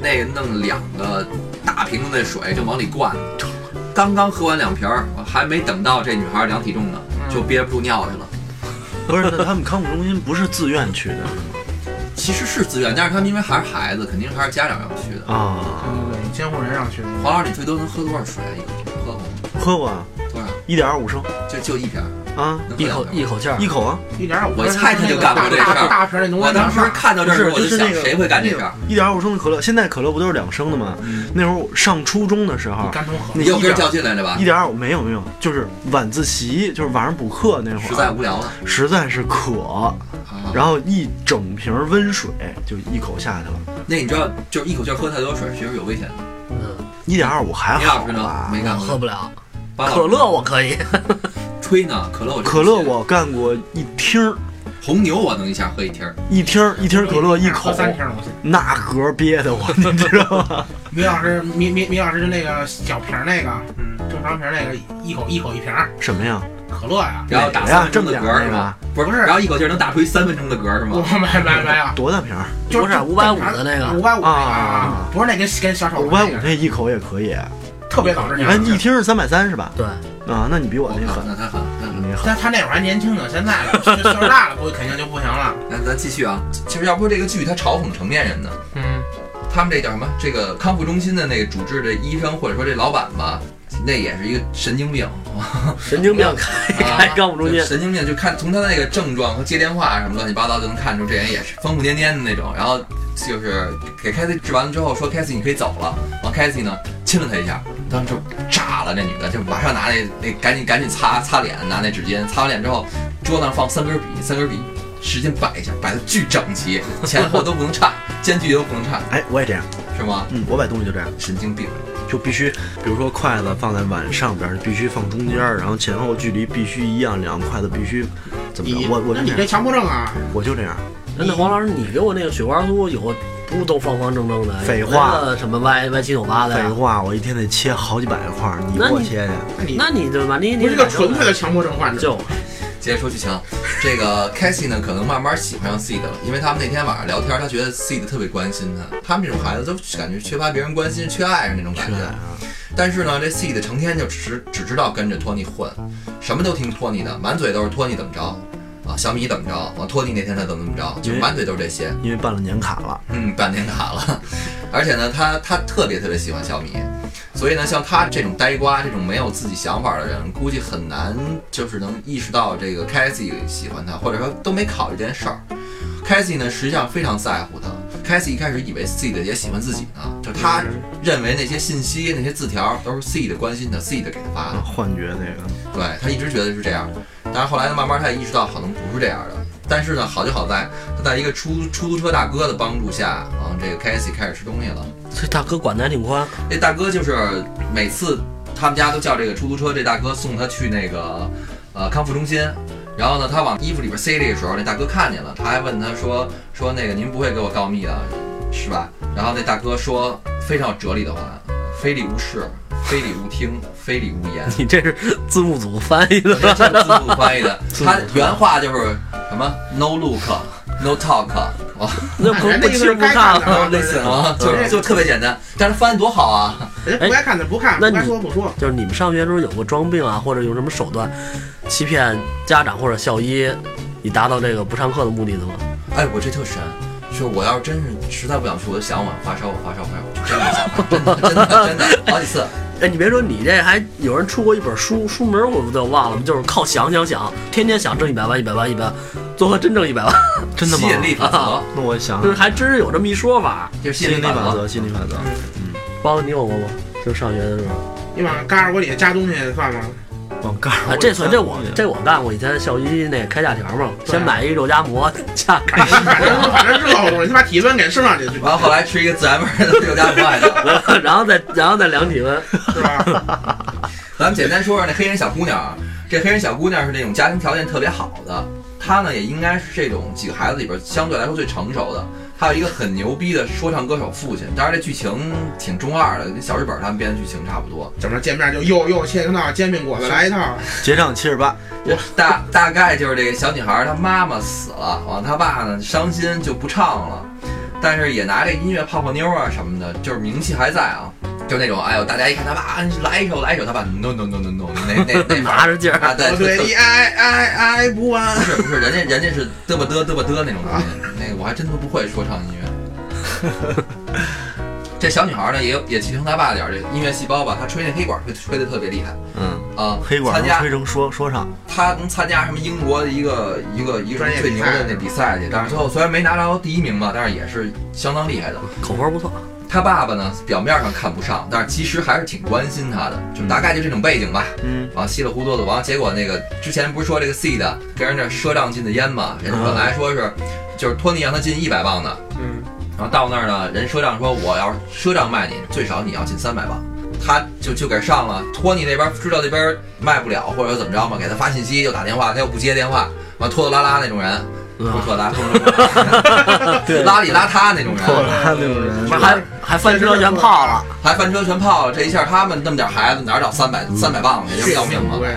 Speaker 1: 那个弄两个大瓶子那水就往里灌，刚刚喝完两瓶儿，还没等到这女孩量体重呢，就憋不住尿去了。
Speaker 4: 不是，那他们康复中心不是自愿去的
Speaker 1: 其实是自愿，但是他们因为还是孩子，肯定还是家长让去的。
Speaker 4: 啊？
Speaker 3: 对，嗯监护人让去。
Speaker 1: 黄老师，你最多能喝多少水啊？一个瓶喝过吗？
Speaker 4: 喝过啊，
Speaker 1: 多少？
Speaker 4: 一点二五升
Speaker 1: 就就一瓶儿，
Speaker 4: 啊，
Speaker 1: 能喝
Speaker 2: 一
Speaker 1: 两
Speaker 2: 口
Speaker 1: 瓶儿
Speaker 2: 一口气儿，
Speaker 4: 一口啊，
Speaker 3: 一点五，
Speaker 1: 我猜他就干过这事儿
Speaker 3: 大大大瓶那农
Speaker 1: 我
Speaker 3: 民
Speaker 1: 当时看到这儿的时候，我
Speaker 4: 不是就是
Speaker 1: 想
Speaker 4: 那个
Speaker 1: 谁会干这事儿？嗯
Speaker 4: 一点五升的可乐，现在可乐不都是两升的吗？那时候上初中的时候，
Speaker 3: 啊干中和
Speaker 4: 那
Speaker 1: 你又
Speaker 4: 一
Speaker 1: 跟
Speaker 4: 点
Speaker 1: 较劲来着吧
Speaker 4: 一？点二五没有没有，就是晚自习，就是晚上补课那会儿，
Speaker 1: 实在无聊了，
Speaker 4: 实在是渴，
Speaker 1: 啊
Speaker 4: 然后一整瓶温水就一口下去了，
Speaker 1: 那你知道，就是一口气儿喝太多水，其实有危险的。
Speaker 2: 嗯，
Speaker 4: 一点二五还
Speaker 1: 你老
Speaker 4: 好
Speaker 1: 师呢？
Speaker 4: 吧？
Speaker 1: 没干
Speaker 2: 我喝
Speaker 1: 过。
Speaker 2: 不了。
Speaker 1: 八老
Speaker 2: 可
Speaker 1: 师
Speaker 2: 乐我 可以，
Speaker 1: 吹呢？可乐我真不
Speaker 4: 可乐
Speaker 1: 信
Speaker 4: 我干过一听儿，
Speaker 1: 红牛我能一下喝一听儿。
Speaker 4: 一听儿一听儿可乐一口
Speaker 3: 喝，三天东西。
Speaker 4: 那嗝憋的我，你知道 吗？
Speaker 3: 米
Speaker 1: 嗯
Speaker 3: 老师，米米米老师那个小瓶儿那个，嗯，正常瓶儿那个，一口一口一瓶儿
Speaker 4: 什么呀？
Speaker 3: 可乐呀。
Speaker 1: 然后打
Speaker 4: 哪呀
Speaker 1: 三分钟的
Speaker 4: 这么
Speaker 1: 嗝
Speaker 4: 点儿
Speaker 1: 儿是吗？不
Speaker 3: 不是
Speaker 1: 然后一口气儿能打出一三分钟的嗝儿是
Speaker 3: 我
Speaker 1: 吗？
Speaker 3: 没没没有，
Speaker 4: 多大瓶儿？
Speaker 3: 啊
Speaker 1: 嗯
Speaker 3: 就
Speaker 2: 不是550的那个
Speaker 3: 五百五
Speaker 4: 啊
Speaker 3: 啊，不是那跟跟小手
Speaker 4: 五
Speaker 3: 的
Speaker 4: 百
Speaker 3: 那
Speaker 4: 五
Speaker 3: 个
Speaker 4: 那一口也可以。
Speaker 3: 特别早之前
Speaker 4: 哎，，一听是三百三是吧？
Speaker 2: 对，
Speaker 4: 啊，那你比我那
Speaker 1: 靠
Speaker 4: 狠，
Speaker 1: 那他狠，那狠。
Speaker 4: 你狠。
Speaker 3: 但他那会儿还年轻呢，现在了岁数大了，估计肯定就不行了。
Speaker 1: 那咱继续啊。其实要不这个剧它嘲讽成年人呢，
Speaker 3: 嗯，
Speaker 1: 他们这叫什么？这个康复中心的那个主治的医生或者说这老板吧，那也是一个神经病。
Speaker 2: 神经
Speaker 3: 啊
Speaker 2: 病开 开干不中
Speaker 1: 就
Speaker 2: 间，
Speaker 1: 神经病，就看从他那个症状和接电话什么乱七八糟就能看出这人也是疯疯癫癫的那种。然后就是给凯西治完了之后说凯西你可以走了，完凯西呢亲了他一下，当时就炸了，这女的就马上拿那那赶紧赶紧擦擦脸，拿那纸巾擦完脸之后，桌子上放三根笔，三根笔使劲摆一下，摆的巨整齐，前后都不能差，间距都不能差，
Speaker 4: 哎，我也这样，
Speaker 1: 是吗？
Speaker 4: 嗯，我摆东西就这样，
Speaker 1: 神经病，
Speaker 4: 就必须，比如说筷子放在碗上边儿，必须放中间儿，然后前后距离必须一样，两个筷子必须怎么
Speaker 3: 你
Speaker 4: 着？我我
Speaker 3: 那
Speaker 4: 就
Speaker 3: 你
Speaker 4: 这
Speaker 3: 这
Speaker 4: 样，
Speaker 3: 强迫症啊，
Speaker 4: 我就这样。
Speaker 2: 真的，黄老师，你给我那个雪花酥以后不都方方正正的？
Speaker 4: 废话，
Speaker 2: 什么歪歪七扭八的
Speaker 4: 废
Speaker 2: 呀？
Speaker 4: 话，我一天得切好几百块儿，嗯你给
Speaker 2: 那
Speaker 4: 我
Speaker 2: 你
Speaker 4: 切去。
Speaker 3: 那你
Speaker 2: 那你就吧，你
Speaker 3: 不
Speaker 2: 你
Speaker 3: 是一个纯粹的强迫症患者。
Speaker 2: 就
Speaker 1: 接着说剧情，这 个 Cassie 呢，可能慢慢喜欢上 Seed 了，因为他们那天晚上聊天，他觉得 Seed 特别关心他。他们这种孩子都感觉缺乏别人关心、缺爱啊那种感觉。但是呢，这 Seed 成天就只是只知道跟着托尼混，什么都听托尼的，满嘴都是托尼怎么着啊，小米怎么着，啊，托尼那天他怎么怎么着，就满嘴都是这些。
Speaker 4: 因为办了年卡了，
Speaker 1: 嗯，办年卡了，而且呢，他他特别特别喜欢小米，所以呢，像他这种呆瓜、这种没有自己想法的人，估计很难就是能意识到这个 Cassie 喜欢他，或者说都没考虑这件事儿。Cassie 呢，实际上非常在乎他。Cassie 一开始以为 Seed 也喜欢自己呢，就他认为那些信息、那些字条都是 Seed 关心他，Seed 给他发的。
Speaker 4: 幻觉那个，
Speaker 1: 对他一直觉得是这样，但是后来呢，慢慢他也意识到可能不是这样的。但是呢，好就好在他在一个出出租车大哥的帮助下，然后这个 Cassie 开始吃东西了。
Speaker 2: 这大哥管的还挺宽，
Speaker 1: 这大哥就是每次他们家都叫这个出租车，这大哥送他去那个呃康复中心。然后呢，他往衣服里边塞这个时候，那大哥看见了，他还问他说说那个您不会给我告密的，啊是吧？然后那大哥说非常有哲理的话，非礼勿视，非礼勿听，非礼勿言。
Speaker 2: 你这是字幕组翻译
Speaker 3: 哎
Speaker 2: 的
Speaker 1: 这
Speaker 2: 吧？
Speaker 1: 是字幕翻译的，
Speaker 4: 幕
Speaker 1: 他原话就是什么 “no look, no talk”，哇，
Speaker 2: 那不
Speaker 3: 人家
Speaker 2: 不
Speaker 3: 意思
Speaker 2: 听
Speaker 3: 是
Speaker 2: 不
Speaker 3: 该
Speaker 2: 看
Speaker 3: 看的
Speaker 2: 了
Speaker 3: 啊，
Speaker 2: 类似
Speaker 1: 然后就就特别简单，但是翻译多好啊！
Speaker 3: 人不该看的不看，
Speaker 2: 哎那
Speaker 3: 不该
Speaker 2: 你
Speaker 3: 说不说。
Speaker 2: 就是你们上学的时候有过装病啊，或者有什么手段欺骗家长或者校医，以达到这个不上课的目的的吗？
Speaker 1: 哎，我这特神，就是我要是真是实在不想去，我就想我发烧，我发烧，我发烧，我就真的想发，真的真的真的好几次。
Speaker 2: 哎，你别说，你这还有人出过一本书，书名我都忘了，就是靠想想想，天天想挣一百万，一百万，一百万，最后真挣一百万，
Speaker 4: 真的
Speaker 1: 吸
Speaker 4: 吗？
Speaker 1: 引力法则，
Speaker 4: 那我想
Speaker 2: 就是 还真是有这么一说法。
Speaker 1: 就是吸
Speaker 4: 啊 吸
Speaker 1: 引
Speaker 4: 引
Speaker 1: 力
Speaker 4: 力
Speaker 1: 法
Speaker 4: 法
Speaker 1: 则。
Speaker 4: 则，嗯吸引力法则。
Speaker 2: 包子，你有过吗？就上学的时候，
Speaker 3: 你往嘎吱窝里加东西算吗？
Speaker 4: 往盖儿
Speaker 2: 哎，这算这我这我干过，以前校医那开价条嘛，先买一肉夹馍，价 格
Speaker 3: 反正反正热乎乎，你把体温给升上去，
Speaker 1: 完了后来吃一个自然味儿的六家不爱的。
Speaker 2: 然后再然后再量体温，
Speaker 3: 是吧？
Speaker 1: 咱们简单说说那黑人小姑娘，啊，这黑人小姑娘是那种家庭条件特别好的，她呢也应该是这种几个孩子里边相对来说最成熟的。她有一个很牛逼的说唱歌手父亲，当然这剧情挺中二的，跟小日本他们编的剧情差不多。
Speaker 3: 怎么见面就又又切一套煎饼果子来一套，
Speaker 4: 结账七十八，
Speaker 1: 大大概就是这个小女孩她妈妈死了，完她爸呢伤心就不唱了，但是也拿这音乐泡泡妞啊什么的，就是名气还在啊，就那种哎呦大家一看他爸啊来一首来一首，他爸 no no no no no 那 那那
Speaker 2: 拿着劲儿。
Speaker 1: 啊 对
Speaker 3: 我
Speaker 1: 对
Speaker 3: 对你爱爱爱不完
Speaker 1: 不。是不是，人家人家是嘚吧嘚嘚吧嘚那种东西，那个我还真都不会说唱音乐。这小女孩呢，也有也继承她爸点儿这音乐细胞吧，她吹那黑管吹吹的特别厉害
Speaker 4: 嗯，
Speaker 1: 啊、
Speaker 4: 黑管
Speaker 1: 参
Speaker 4: 能
Speaker 1: 加
Speaker 4: 吹成说说唱，
Speaker 1: 她能参加什么英国的一个一个一个什么最牛的那比赛去，但是最后虽然没拿着第一名吧，但是也是相当厉害的。
Speaker 2: 口活不错，
Speaker 1: 她爸爸呢，表面上看不上，但是其实还是挺关心她的，就大概就这种背景吧。
Speaker 4: 嗯，
Speaker 1: 完稀里糊涂的，完了结果那个之前不是说这个 C 的跟人家赊账进的烟嘛，人家本来说是就是托尼让他进一百磅的，
Speaker 3: 嗯，
Speaker 1: 然后到那儿呢，人赊账说我要是赊账卖你，最少你要进三百磅，他就就给上了。托尼那边知道这边卖不了或者怎么着嘛，给他发信息又打电话，他又不接电话，完拖拖拉拉那种人，不是拖拉，拖拉拉里拉遢那种人，
Speaker 3: 嗯
Speaker 4: 他那种人
Speaker 3: 是
Speaker 2: 还还翻车全泡了。
Speaker 1: 还翻车全泡了。这一下他们那么点孩子哪找三百
Speaker 4: 嗯
Speaker 1: 三百磅去，这不要命吗？
Speaker 3: 对，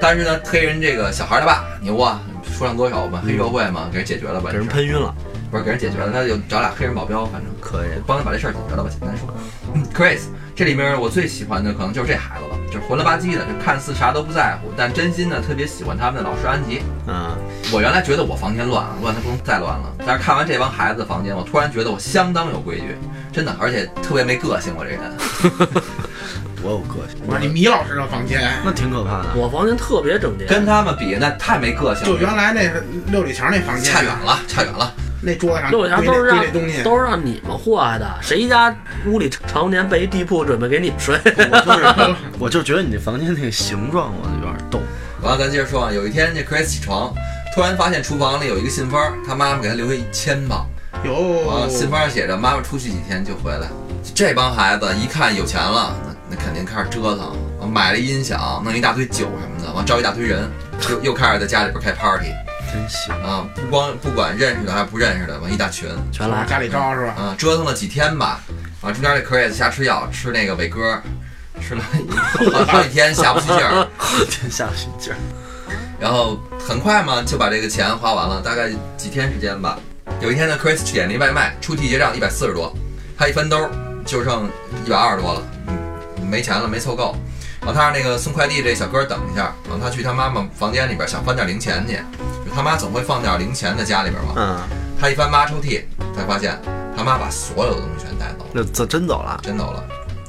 Speaker 1: 但是呢，黑人这个小孩他爸牛啊，说唱歌手嘛，黑社会嘛，给人解决了吧？
Speaker 4: 给人
Speaker 1: 这事
Speaker 4: 喷晕了，
Speaker 1: 儿不是给人解决了，他就找俩黑人保镖，反正
Speaker 4: 嗯可以。
Speaker 1: 帮他把这事儿解决了吧，简单说。嗯，Chris，这里面我最喜欢的可能就是这孩子了，就是混了吧唧的，就看似啥都不在乎，但真心呢特别喜欢他们的老师安吉。
Speaker 4: 嗯，
Speaker 1: 我原来觉得我房间乱啊，乱的不能再乱了，但是看完这帮孩子的房间，我突然觉得我相当有规矩，真的，而且特别没个性，我这人。
Speaker 4: 多有个性，
Speaker 3: 我说你米老师的房间，
Speaker 4: 那挺可怕的。
Speaker 2: 我房间特别整洁，
Speaker 1: 跟他们比，那太没个性了，
Speaker 3: 就原来那六里桥那房间，
Speaker 1: 差远了，差远了。
Speaker 3: 那桌子上
Speaker 2: 六
Speaker 3: 堆
Speaker 2: 小
Speaker 3: 那
Speaker 2: 钱都是
Speaker 3: 堆那
Speaker 2: 让
Speaker 3: 东西，
Speaker 2: 都是让你们祸害的，谁家屋里常年备一地铺，准备给你们睡？
Speaker 4: 我就是，我就觉得你这房间那个形状，我有点逗。
Speaker 1: 完了，咱接着说啊。有一天，这 Chris 起床，突然发现厨房里有一个信封，他妈妈给他留下一千磅。完
Speaker 3: 有
Speaker 1: 了，信封上写着妈妈出去几天就回来。这帮孩子一看有钱了，那那肯定开始折腾，买了音响，弄一大堆酒什么的，完招一大堆人，又又开始在家里边开 party
Speaker 4: 真行，
Speaker 1: 啊！不光不管认识的还是不认识的，完一大群
Speaker 2: 全来，
Speaker 3: 家里招是吧？
Speaker 1: 啊，折腾了几天吧。啊，中间这 Chris 瞎吃药，吃那个伟哥，吃了好几天下不去劲儿。
Speaker 4: 真下不去劲儿。
Speaker 1: 然后很快嘛就把这个钱花完了，大概几天时间吧。有一天呢，Chris 去点了一外卖，出去结账一百四十多，他一翻兜儿就剩一百二十多了，嗯，没钱了，没凑够。然后他让那个送快递这小哥等一下，然后他去他妈妈房间里边想翻点零钱去，就他妈总会放点零钱在家里边嘛。
Speaker 4: 嗯，
Speaker 1: 他一翻妈抽屉，才发现他妈把所有的东西全带走了，
Speaker 4: 那这真走了，
Speaker 1: 啊真走了。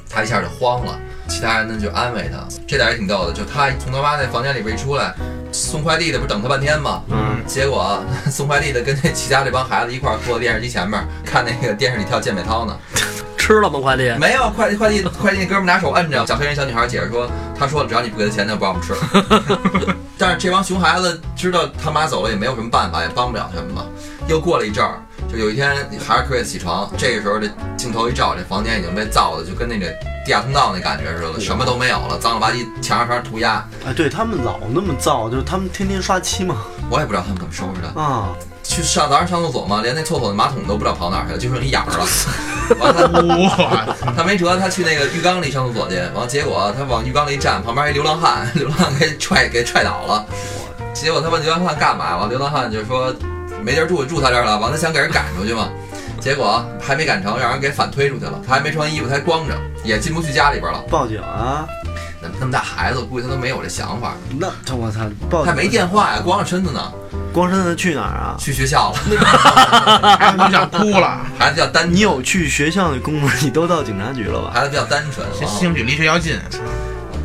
Speaker 1: 他一下就慌了，其他人呢就安慰他，这点也挺逗的。就他从他妈那房间里边一出来，送快递的不是等他半天吗？
Speaker 4: 嗯，
Speaker 1: 结果啊 送快递的跟那其他这帮孩子一块儿坐电视机前面看那个电视里跳健美操呢。
Speaker 2: 吃了吗？快递？
Speaker 1: 没有快递快递快递那哥们拿手摁着小黑人小女孩解释说，他说了只要你不给他钱，他就不让我们吃了。但是这帮熊孩子知道他妈走了也没有什么办法，也帮不了他们嘛。又过了一阵儿，就有一天还是特别起床，这个时候这镜头一照，这房间已经被造的就跟那个地下通道那感觉似的，什么都没有了，脏了吧唧，墙上全是涂鸦，
Speaker 4: 哎，对他们老那么造，就是他们天天刷漆嘛。
Speaker 1: 我也不知道他们怎么收拾的。
Speaker 4: 啊，
Speaker 1: 去上早上上厕所嘛，连那厕所的马桶都不知道跑哪儿去了，就剩一眼儿了。完了，
Speaker 3: 我操！
Speaker 1: 他没辙，他去那个浴缸里上厕所去，完结果他往浴缸里一站，旁边一流浪汉， 流浪汉给踹给踹倒了。结果他问流浪汉干嘛，完流浪汉就说没地儿住，住他这儿了。完他想给人赶出去嘛，结果还没赶成，让人给反推出去了。他还没穿衣服，他还光着，也进不去家里边了。
Speaker 4: 报警啊！
Speaker 1: 那那么大孩子，估计他都没有这想法，
Speaker 4: 那他我操，报警！
Speaker 1: 他没电话呀，光着身子呢，
Speaker 4: 光身子去哪儿啊？
Speaker 1: 去学校了。
Speaker 3: 孩子都想哭了。
Speaker 1: 孩子比较单，
Speaker 4: 你有去学校的功夫，你都到警察局了吧？
Speaker 1: 孩子比较单纯。
Speaker 3: 这
Speaker 1: 完了
Speaker 3: 兴许离学校近，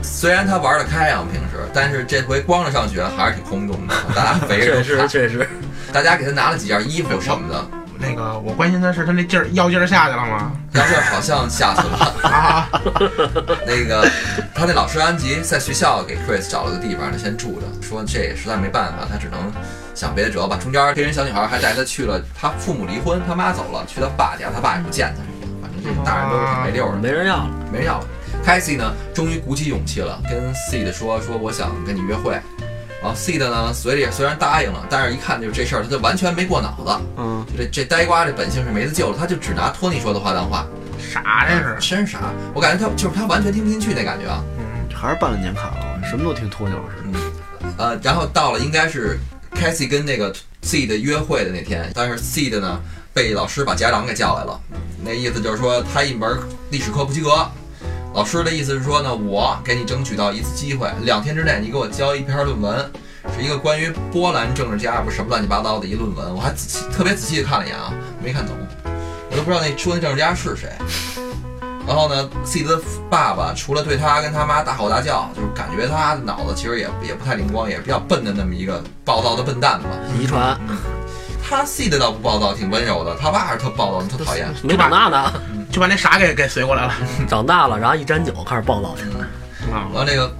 Speaker 1: 虽然他玩得开啊，平时，但是这回光着上学还是挺轰动的，大家 围着都
Speaker 2: 确实
Speaker 1: 看
Speaker 2: 确实，
Speaker 1: 大家给他拿了几件衣服什么的，
Speaker 3: 那个我关心的是他那劲儿药劲儿下去了吗？
Speaker 1: 然后这好像吓死了。
Speaker 3: 啊，
Speaker 1: 那个他那老师安吉在学校给 Chris 找了个地方，他先住着，说这也实在没办法，他只能想别的辙吧。中间黑人小女孩还带他去了，他父母离婚，他妈走了，去他爸家，他爸也不见他什么的，反正这大人都挺没溜儿的。
Speaker 2: 没人要了。
Speaker 1: 没要了。Cassie 呢，终于鼓起勇气了，跟 Seed 说说我想跟你约会。然后 Seed 呢，嘴里虽然答应了，但是一看就是这事儿他就完全没过脑子。
Speaker 4: 嗯，
Speaker 1: 这这呆瓜这本性是没得救了，他就只拿托尼说的话当话。啊
Speaker 3: 傻这是。
Speaker 1: 真是傻，我感觉他就是他完全听不进去那感觉啊。
Speaker 3: 嗯，
Speaker 4: 还是办了年卡了，什么都听鸵鸟似的。
Speaker 1: 呃，然后到了应该是 Cassie 跟那个 Seed 约会的那天，但是 Seed 呢被老师把家长给叫来了，那意思就是说他一门历史课不及格。老师的意思是说呢，我给你争取到一次机会，两天之内你给我交一篇论文，是一个关于波兰政治家不是什么乱七八糟的一论文，我还仔细特别仔细的看了一眼啊，没看懂，我都不知道那说那政治家是谁。然后呢，Seed 的爸爸除了对他跟他妈大吼大叫，就是感觉他脑子其实也也不太灵光，也比较笨的那么一个暴躁的笨蛋吧。
Speaker 2: 遗传
Speaker 1: 他 Seed 倒不暴躁，挺温柔的，他爸是特暴躁，特讨厌。
Speaker 2: 没长大呢，
Speaker 3: 就把那傻给给随过来了。
Speaker 2: 长大了然后一沾酒开始暴躁起来。
Speaker 3: 啊
Speaker 1: 嗯然，后那个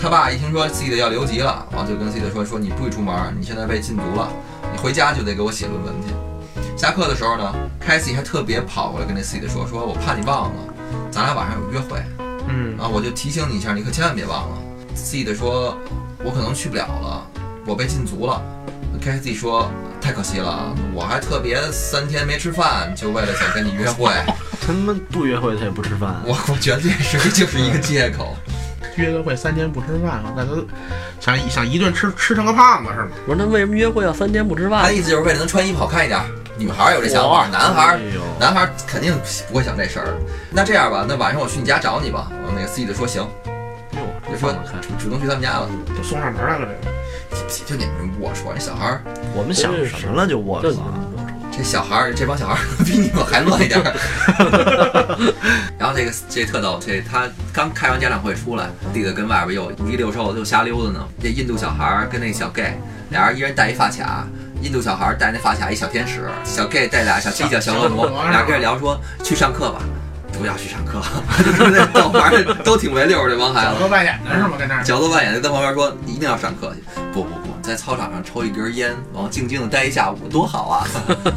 Speaker 1: 他爸一听说 Seed 要留级了，然后就跟 Seed 说说你不许出门，你现在被禁足了，你回家就得给我写论文去。下课的时候呢，Cassie 还特别跑过来跟那 Seed 说说我怕你忘了，咱俩晚上有约会。
Speaker 3: 嗯，
Speaker 1: 啊，我就提醒你一下，你可千万别忘了。Seed 说，我可能去不了了，我被禁足了。Cassie 说，太可惜了，我还特别三天没吃饭，就为了想跟你约会。
Speaker 4: 他们不约会，他也不吃饭。
Speaker 1: 我我绝对是就是一个借口。
Speaker 3: 约个会三天不吃饭，我感觉想想一顿吃吃成个胖子是吗？
Speaker 2: 我说那为什么约会要三天不吃
Speaker 1: 他
Speaker 2: 饭
Speaker 3: 哎
Speaker 1: 的？意思就是为了能穿衣服好看一点。女孩儿有这想法，
Speaker 2: 哇
Speaker 1: 男孩儿
Speaker 4: 哎呦
Speaker 1: 男孩儿肯定不会想这事儿。那这样吧，那晚上我去你家找你吧。然后那个 Seed 说行，
Speaker 4: 哟，
Speaker 1: 就
Speaker 4: 这
Speaker 1: 说
Speaker 4: 放得开
Speaker 1: 主主动去他们家了。
Speaker 3: 都送上门来了，这个
Speaker 1: 就你们我说这小孩儿，
Speaker 4: 我们想什么了就龌
Speaker 2: 这
Speaker 4: 龊啊。
Speaker 1: 这小孩儿，这帮小孩儿 比你们还乱一点儿。 然后这个这特逗，这他刚开完家长会出来，弟弟跟外边又五一六兽又瞎溜达呢。这印度小孩儿跟那小 gay 俩人一人戴一发卡，印度小孩儿戴那发卡一小天使，小 gay 戴俩小犄角小恶魔
Speaker 3: 小恶，魔
Speaker 1: 俩 gay 聊说去上课吧，不要去上课， 就是那逗玩儿都挺没溜儿这帮孩
Speaker 3: 小
Speaker 1: 子。
Speaker 3: 哥扮演的是吗？ 跟那儿
Speaker 1: 角色扮演的跟旁边说：“你一定要上课去，不不不，在操场上抽一根烟，然后静静的待一下午，多好啊！”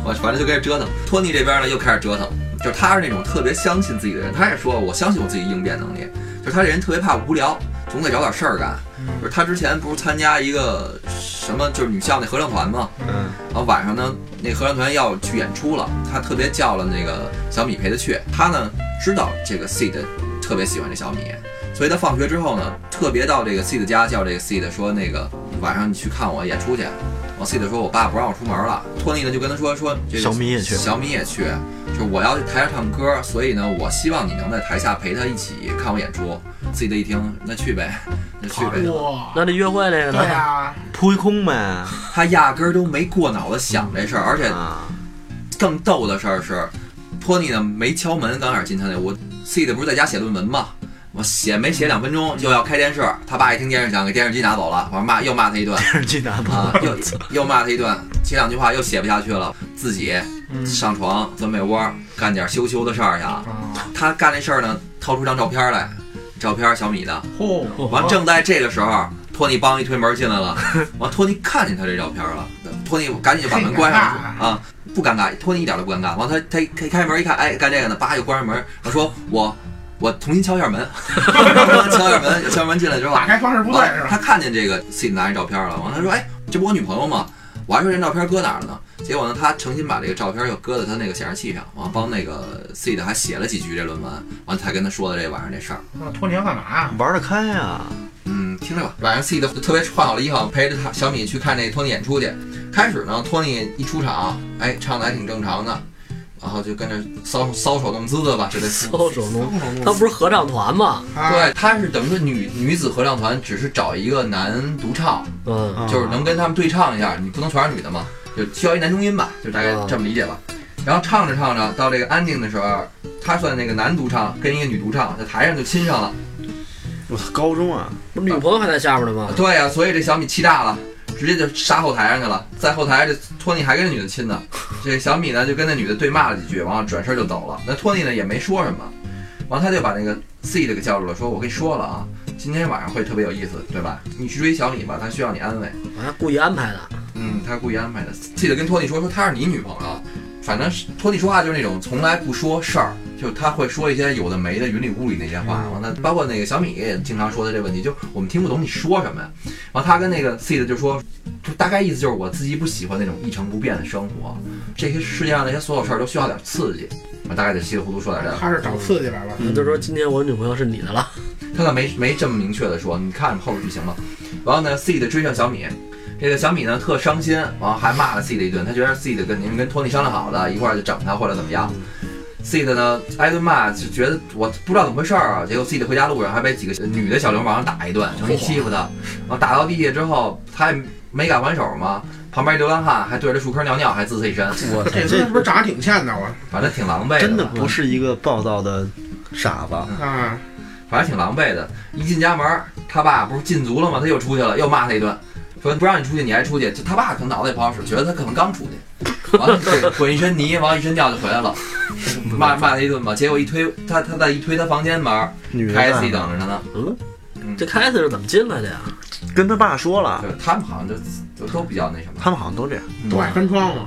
Speaker 1: 我反正就开始折腾。托尼这边呢又开始折腾，就是他是那种特别相信自己的人，他也说我相信我自己应变能力，就是他这人特别怕无聊，总得找点事儿干。就是他之前不是参加一个什么就是女校那合唱团嘛，
Speaker 4: 嗯，
Speaker 1: 然后晚上呢，那合唱团要去演出了，他特别叫了那个小米陪他去。他呢知道这个 Seed 特别喜欢这小米，所以他放学之后呢，特别到这个 Seed 家叫这个 Seed 说那个晚上你去看我演出去。然后 Seed 说我爸不让我出门了。托尼呢就跟他说说这个
Speaker 4: 小米也去
Speaker 1: 小米也去，就是我要去台上唱歌，所以呢我希望你能在台下陪他一起看我演出。Seed 一听那去呗，那去呗。
Speaker 3: 哇，
Speaker 2: 那这约会那个
Speaker 3: 对
Speaker 2: 呢？
Speaker 3: 呀，啊
Speaker 4: 扑一空呗。
Speaker 1: 他压根儿都没过脑子想这事儿，而且
Speaker 4: 啊，
Speaker 1: 更逗的事儿是，托尼呢没敲门，刚开始进他那屋，seed 不是在家写论文嘛，我写没写两分钟就要开电视，他爸一听电视响，给电视机拿走了，完骂又骂他一顿
Speaker 4: 耳机拿不
Speaker 1: 啊
Speaker 4: 到，，
Speaker 1: 又又骂他一顿，写两句话又写不下去了，自己上床钻被窝干点羞羞的事儿去啊。
Speaker 3: 啊，
Speaker 1: 他干那事儿呢，掏出张照片来，照片小米的，
Speaker 3: 嚯，
Speaker 1: 完，正在这个时候，托尼帮一推门进来 了。完，托尼看见他这照片了，托尼赶紧就把门关上
Speaker 3: 太尴尬
Speaker 1: 啊，不尴尬，托尼一点都不尴尬。完，他他他一开门一看，哎，干这个呢，叭就关上门。我说我我重新敲一下门， 敲一下门，敲门进来之后，
Speaker 3: 打开方式不对
Speaker 1: 完
Speaker 3: 是吧？
Speaker 1: 他看见这个 C 拿着照片了，完他说：“哎，这不我女朋友吗？”我还说这照片搁哪儿了呢？结果呢，他诚心把这个照片又搁在他那个显示器上，完帮那个 C 的还写了几句这论文，完才跟他说的这晚上这事儿。
Speaker 3: 那托尼要干嘛呀？
Speaker 4: 玩得开啊！
Speaker 1: 嗯，听着吧。晚上 C 的特别穿好了衣裳，陪着他小米去看那托尼演出去。开始呢，托尼一出场，哎，唱的还挺正常的，然后就跟着搔搔首弄姿的吧，就得
Speaker 2: 搔首弄，他不是合唱团吗？
Speaker 3: 啊，
Speaker 1: 对，他是等于说女女子合唱团，只是找一个男独唱，
Speaker 4: 啊
Speaker 2: 嗯，
Speaker 1: 就是能跟他们对唱一下，你不能全是女的嘛，就需要一男中音吧，就大概这么理解吧。然后唱着唱着到这个安定的时候，他算那个男独唱跟一个女独唱在台上就亲上了。
Speaker 4: 我操，高中啊，
Speaker 2: 不是女朋友还在下边呢吗？
Speaker 1: 对呀、所以这小米气炸了，直接就杀后台上去了。在后台这托尼还跟那女的亲呢，这小米呢就跟那女的对骂了几句，完了转身就走了。那托尼呢也没说什么，完了他就把那个 C 这个叫住了，说我跟你说了啊，今天晚上会特别有意思，对吧？你去追小米吧，他需要你安慰。
Speaker 2: 他啊故意安排的。
Speaker 1: 嗯，他故意安排的。记得跟托尼说，说她是你女朋友。啊反正是托尼说话就是那种从来不说事儿，就是他会说一些有的没的、云里雾里那些话。完了，包括那个小米也经常说的这问题，就是我们听不懂你说什么呀。完，他跟那个 C 的就说，就大概意思就是我自己不喜欢那种一成不变的生活，这些世界上那些所有事儿都需要点刺激。我大概就稀里糊涂说点这个。
Speaker 3: 他是找刺激来
Speaker 1: 嗯
Speaker 3: 了。
Speaker 2: 他就说今天我女朋友是你的了，
Speaker 1: 他倒没没这么明确的说，你看后边剧情吧。然后呢，C 的追上小米，这个小米呢特伤心，然后还骂了 C 的一顿，他觉得 C 的跟您跟托尼商量好的，一块儿就整他或者怎么样。C 的呢挨顿骂，就觉得我不知道怎么回事儿啊。结果 C 的回家路上还被几个女的小流氓打一顿，成心欺负他，然后打到地下之后，他也没敢还手嘛。旁边一流浪汉还对着树坑尿尿，还滋他一身，
Speaker 4: 我操
Speaker 3: 这次是不是长得挺欠的我？
Speaker 1: 反正挺狼狈
Speaker 4: 真
Speaker 1: 的
Speaker 4: 的
Speaker 1: 吧
Speaker 4: 不是一个暴躁的傻子，
Speaker 3: 啊，
Speaker 1: 嗯反正挺狼狈的。一进家门儿，他爸不是禁足了吗？他又出去了，又骂他一顿，说不让你出去，你还出去。就他爸可能脑子也不好使，觉得他可能刚出去，完了这滚一身泥，完了一身尿就回来了，骂骂他一顿吧。结果一推他，他再一推他房间门儿，
Speaker 4: 女的啊
Speaker 1: 凯西
Speaker 4: 在
Speaker 1: 等着他呢。
Speaker 2: 这凯斯是怎么进来的呀？
Speaker 4: 跟他爸说了，
Speaker 1: 就是他们好像就就都比较那什么。
Speaker 4: 啊他们好像都这样，
Speaker 1: 嗯
Speaker 3: 都爱翻窗户。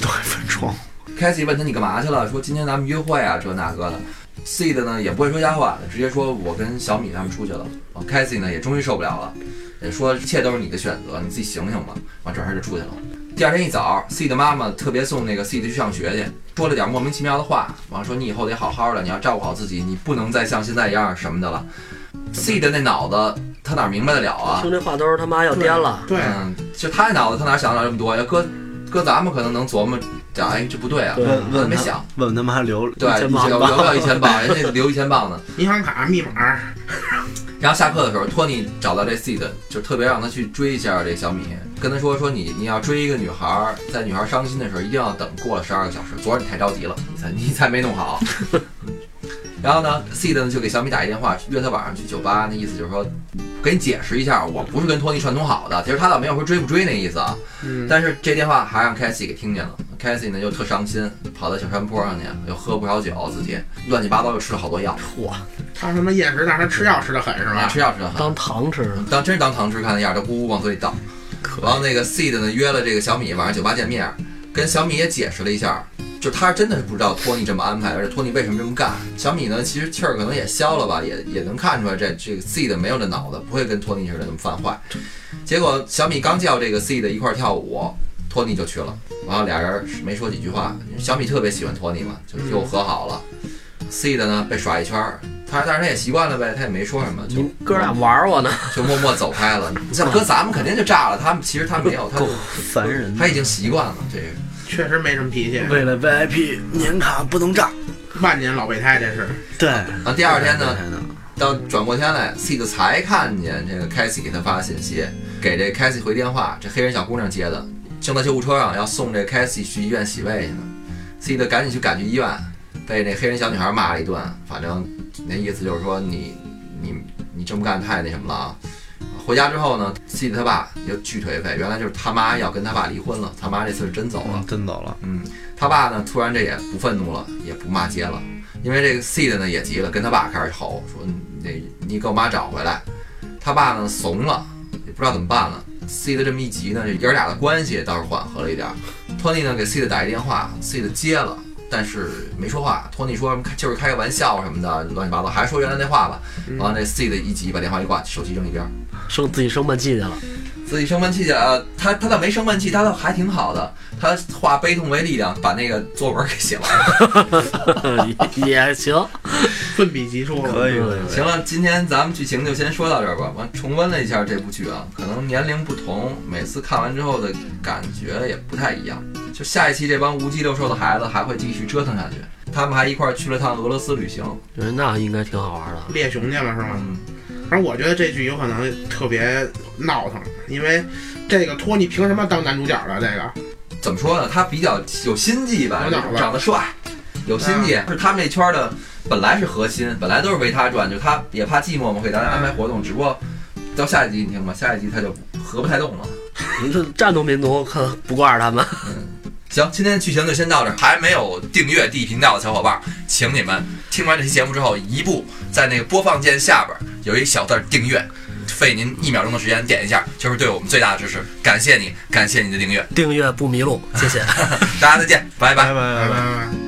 Speaker 4: 都爱翻窗。
Speaker 1: 凯西问他你干嘛去了？说今天咱们约会啊，这那个的。Seed 呢也不会说瞎话，直接说我跟小米他们出去了。啊，Cassie 呢也终于受不了了，也说一切都是你的选择，你自己醒醒吧。完转身就出去了。第二天一早，Seed 妈妈特别送那个 Seed 去上学去，说了点莫名其妙的话，完了说你以后得好好的，你要照顾好自己，你不能再像现在一样什么的了。Seed 那脑子他哪明白得了啊？
Speaker 2: 听这话都是他妈要颠了。
Speaker 3: 对，
Speaker 1: 嗯，就他那脑子他哪想得了这么多？要搁搁咱们可能能琢磨点，哎，这不对啊，
Speaker 2: 对
Speaker 4: 问
Speaker 1: 我
Speaker 4: 问
Speaker 1: 没
Speaker 4: 他
Speaker 1: 想。
Speaker 4: 问问他妈留
Speaker 1: 对，
Speaker 2: 一千磅
Speaker 1: 留留不了一千磅，人家留一千磅呢。
Speaker 3: 银行卡密码，
Speaker 1: 然后下课的时候，托尼找到这 seed，就特别让他去追一下这小米，跟他说说你你要追一个女孩儿，在女孩儿伤心的时候，一定要等过了十二个小时。昨儿你太着急了，你才你才没弄 好。然后呢，seed 呢就给小米打一电话，约他晚上去酒吧，那意思就是说，给你解释一下，我不是跟托尼串通好的。其实他倒没有说追不追那意思啊，
Speaker 3: 嗯，
Speaker 1: 但是这电话还让凯西给听见了，凯西呢就特伤心，跑到小山坡上去，又喝不少酒，自己乱七八糟又吃了好多药，
Speaker 2: 嚯，
Speaker 3: 他他妈厌食，但是他吃药吃的狠是吧？
Speaker 1: 啊吃药吃的很。
Speaker 2: 当糖吃了。
Speaker 1: 当真是当糖吃看那样，都咕咕往嘴里倒。然后那个 seed 呢约了这个小米晚上酒吧见面，跟小米也解释了一下，就他真的是不知道托尼这么安排，而且托尼为什么这么干。小米呢其实气儿可能也消了吧，也也能看出来这这个 seed 没有这脑子，不会跟托尼似的那么犯坏。结果小米刚叫这个 seed 一块儿跳舞，托尼就去了，然后俩人没说几句话，小米特别喜欢托尼嘛，就又和好了。seed 呢被耍一圈儿，他但是他也习惯了呗，他也没说什么，就
Speaker 2: 你哥俩玩我呢，
Speaker 1: 就默默走开了。这搁咱们肯定就炸了，他们其实他没有，他
Speaker 4: 烦人的。
Speaker 1: 他已经习惯了这个。
Speaker 3: 确实没什么脾气，
Speaker 4: 为了 VIP 年卡不能炸，
Speaker 3: 万年老备胎这是。
Speaker 4: 对。
Speaker 1: 啊，第二天呢，
Speaker 4: 呢？
Speaker 1: 到转过天来，Seed 才看见这个 c a s s i e 给他发信息，给这 c a s s i e 回电话，这黑人小姑娘接的，正在救护车上要送这 c a s s i e 去医院洗胃去呢。Seed 赶紧去赶去医院，被那黑人小女孩骂了一顿，反正那意思就是说你你你这么干太那什么了啊。回家之后呢，C 他爸又巨颓废，原来就是他妈要跟他爸离婚了，他妈这次是真走了
Speaker 4: 嗯，。真走了，
Speaker 1: 嗯，他爸呢，突然这也不愤怒了，也不骂街了，因为这个 Seed 呢也急了，跟他爸开始吼说：“你你给我妈找回来。”他爸呢怂了，也不知道怎么办了。Seed 这么一急呢，这爷儿俩的关系倒是缓和了一点儿。托尼呢给 Seed 打一电话，Seed 接了，但是没说话。托尼说就是开个玩笑什么的，乱七八糟，还是说原来那话吧。完了，这 Seed 一急把电话一挂，手机扔一边儿。
Speaker 2: 生自己生闷气去了，
Speaker 1: 自己生闷气去啊，他他倒没生闷气，他倒还挺好的。他化悲痛为力量，把那个作文给写完了。
Speaker 2: 也行。
Speaker 3: 奋笔疾书了。
Speaker 4: 可以可以，
Speaker 1: 行了，今天咱们剧情就先说到这儿吧。完，重温了一下这部剧啊，可能年龄不同，每次看完之后的感觉也不太一样。就下一期这帮无鸡六兽的孩子还会继续折腾下去，他们还一块儿去了趟俄罗斯旅行。
Speaker 2: 嗯那应该挺好玩的。
Speaker 3: 猎熊去了是吗？
Speaker 1: 嗯，
Speaker 3: 反正我觉得这剧有可能特别闹腾，因为这个托尼凭什么当男主角啊了？这个
Speaker 1: 怎么说呢？他比较有心计吧嗯
Speaker 3: 有脑，子
Speaker 1: 长得帅，有心计，是他们这圈儿的本来是核心，本来都是围他转，就他也怕寂寞嘛，给大家安排活动。只不过到下一集你听吧，下一集他就合不太动了。
Speaker 2: 你这战斗民族可不惯着他们。
Speaker 1: 行，今天的剧情就先到这儿。还没有订阅 D 频道的小伙伴，请你们听完这期节目之后，一步在那个播放键下边儿有一小字儿订阅，费您一秒钟的时间点一下，就是对我们最大的支持。感谢你，感谢你的订阅，
Speaker 2: 订阅不迷路，谢谢。
Speaker 1: 大家再见，拜拜
Speaker 4: 拜。
Speaker 3: 拜
Speaker 4: 拜拜
Speaker 3: 拜拜
Speaker 4: 拜。
Speaker 3: 拜。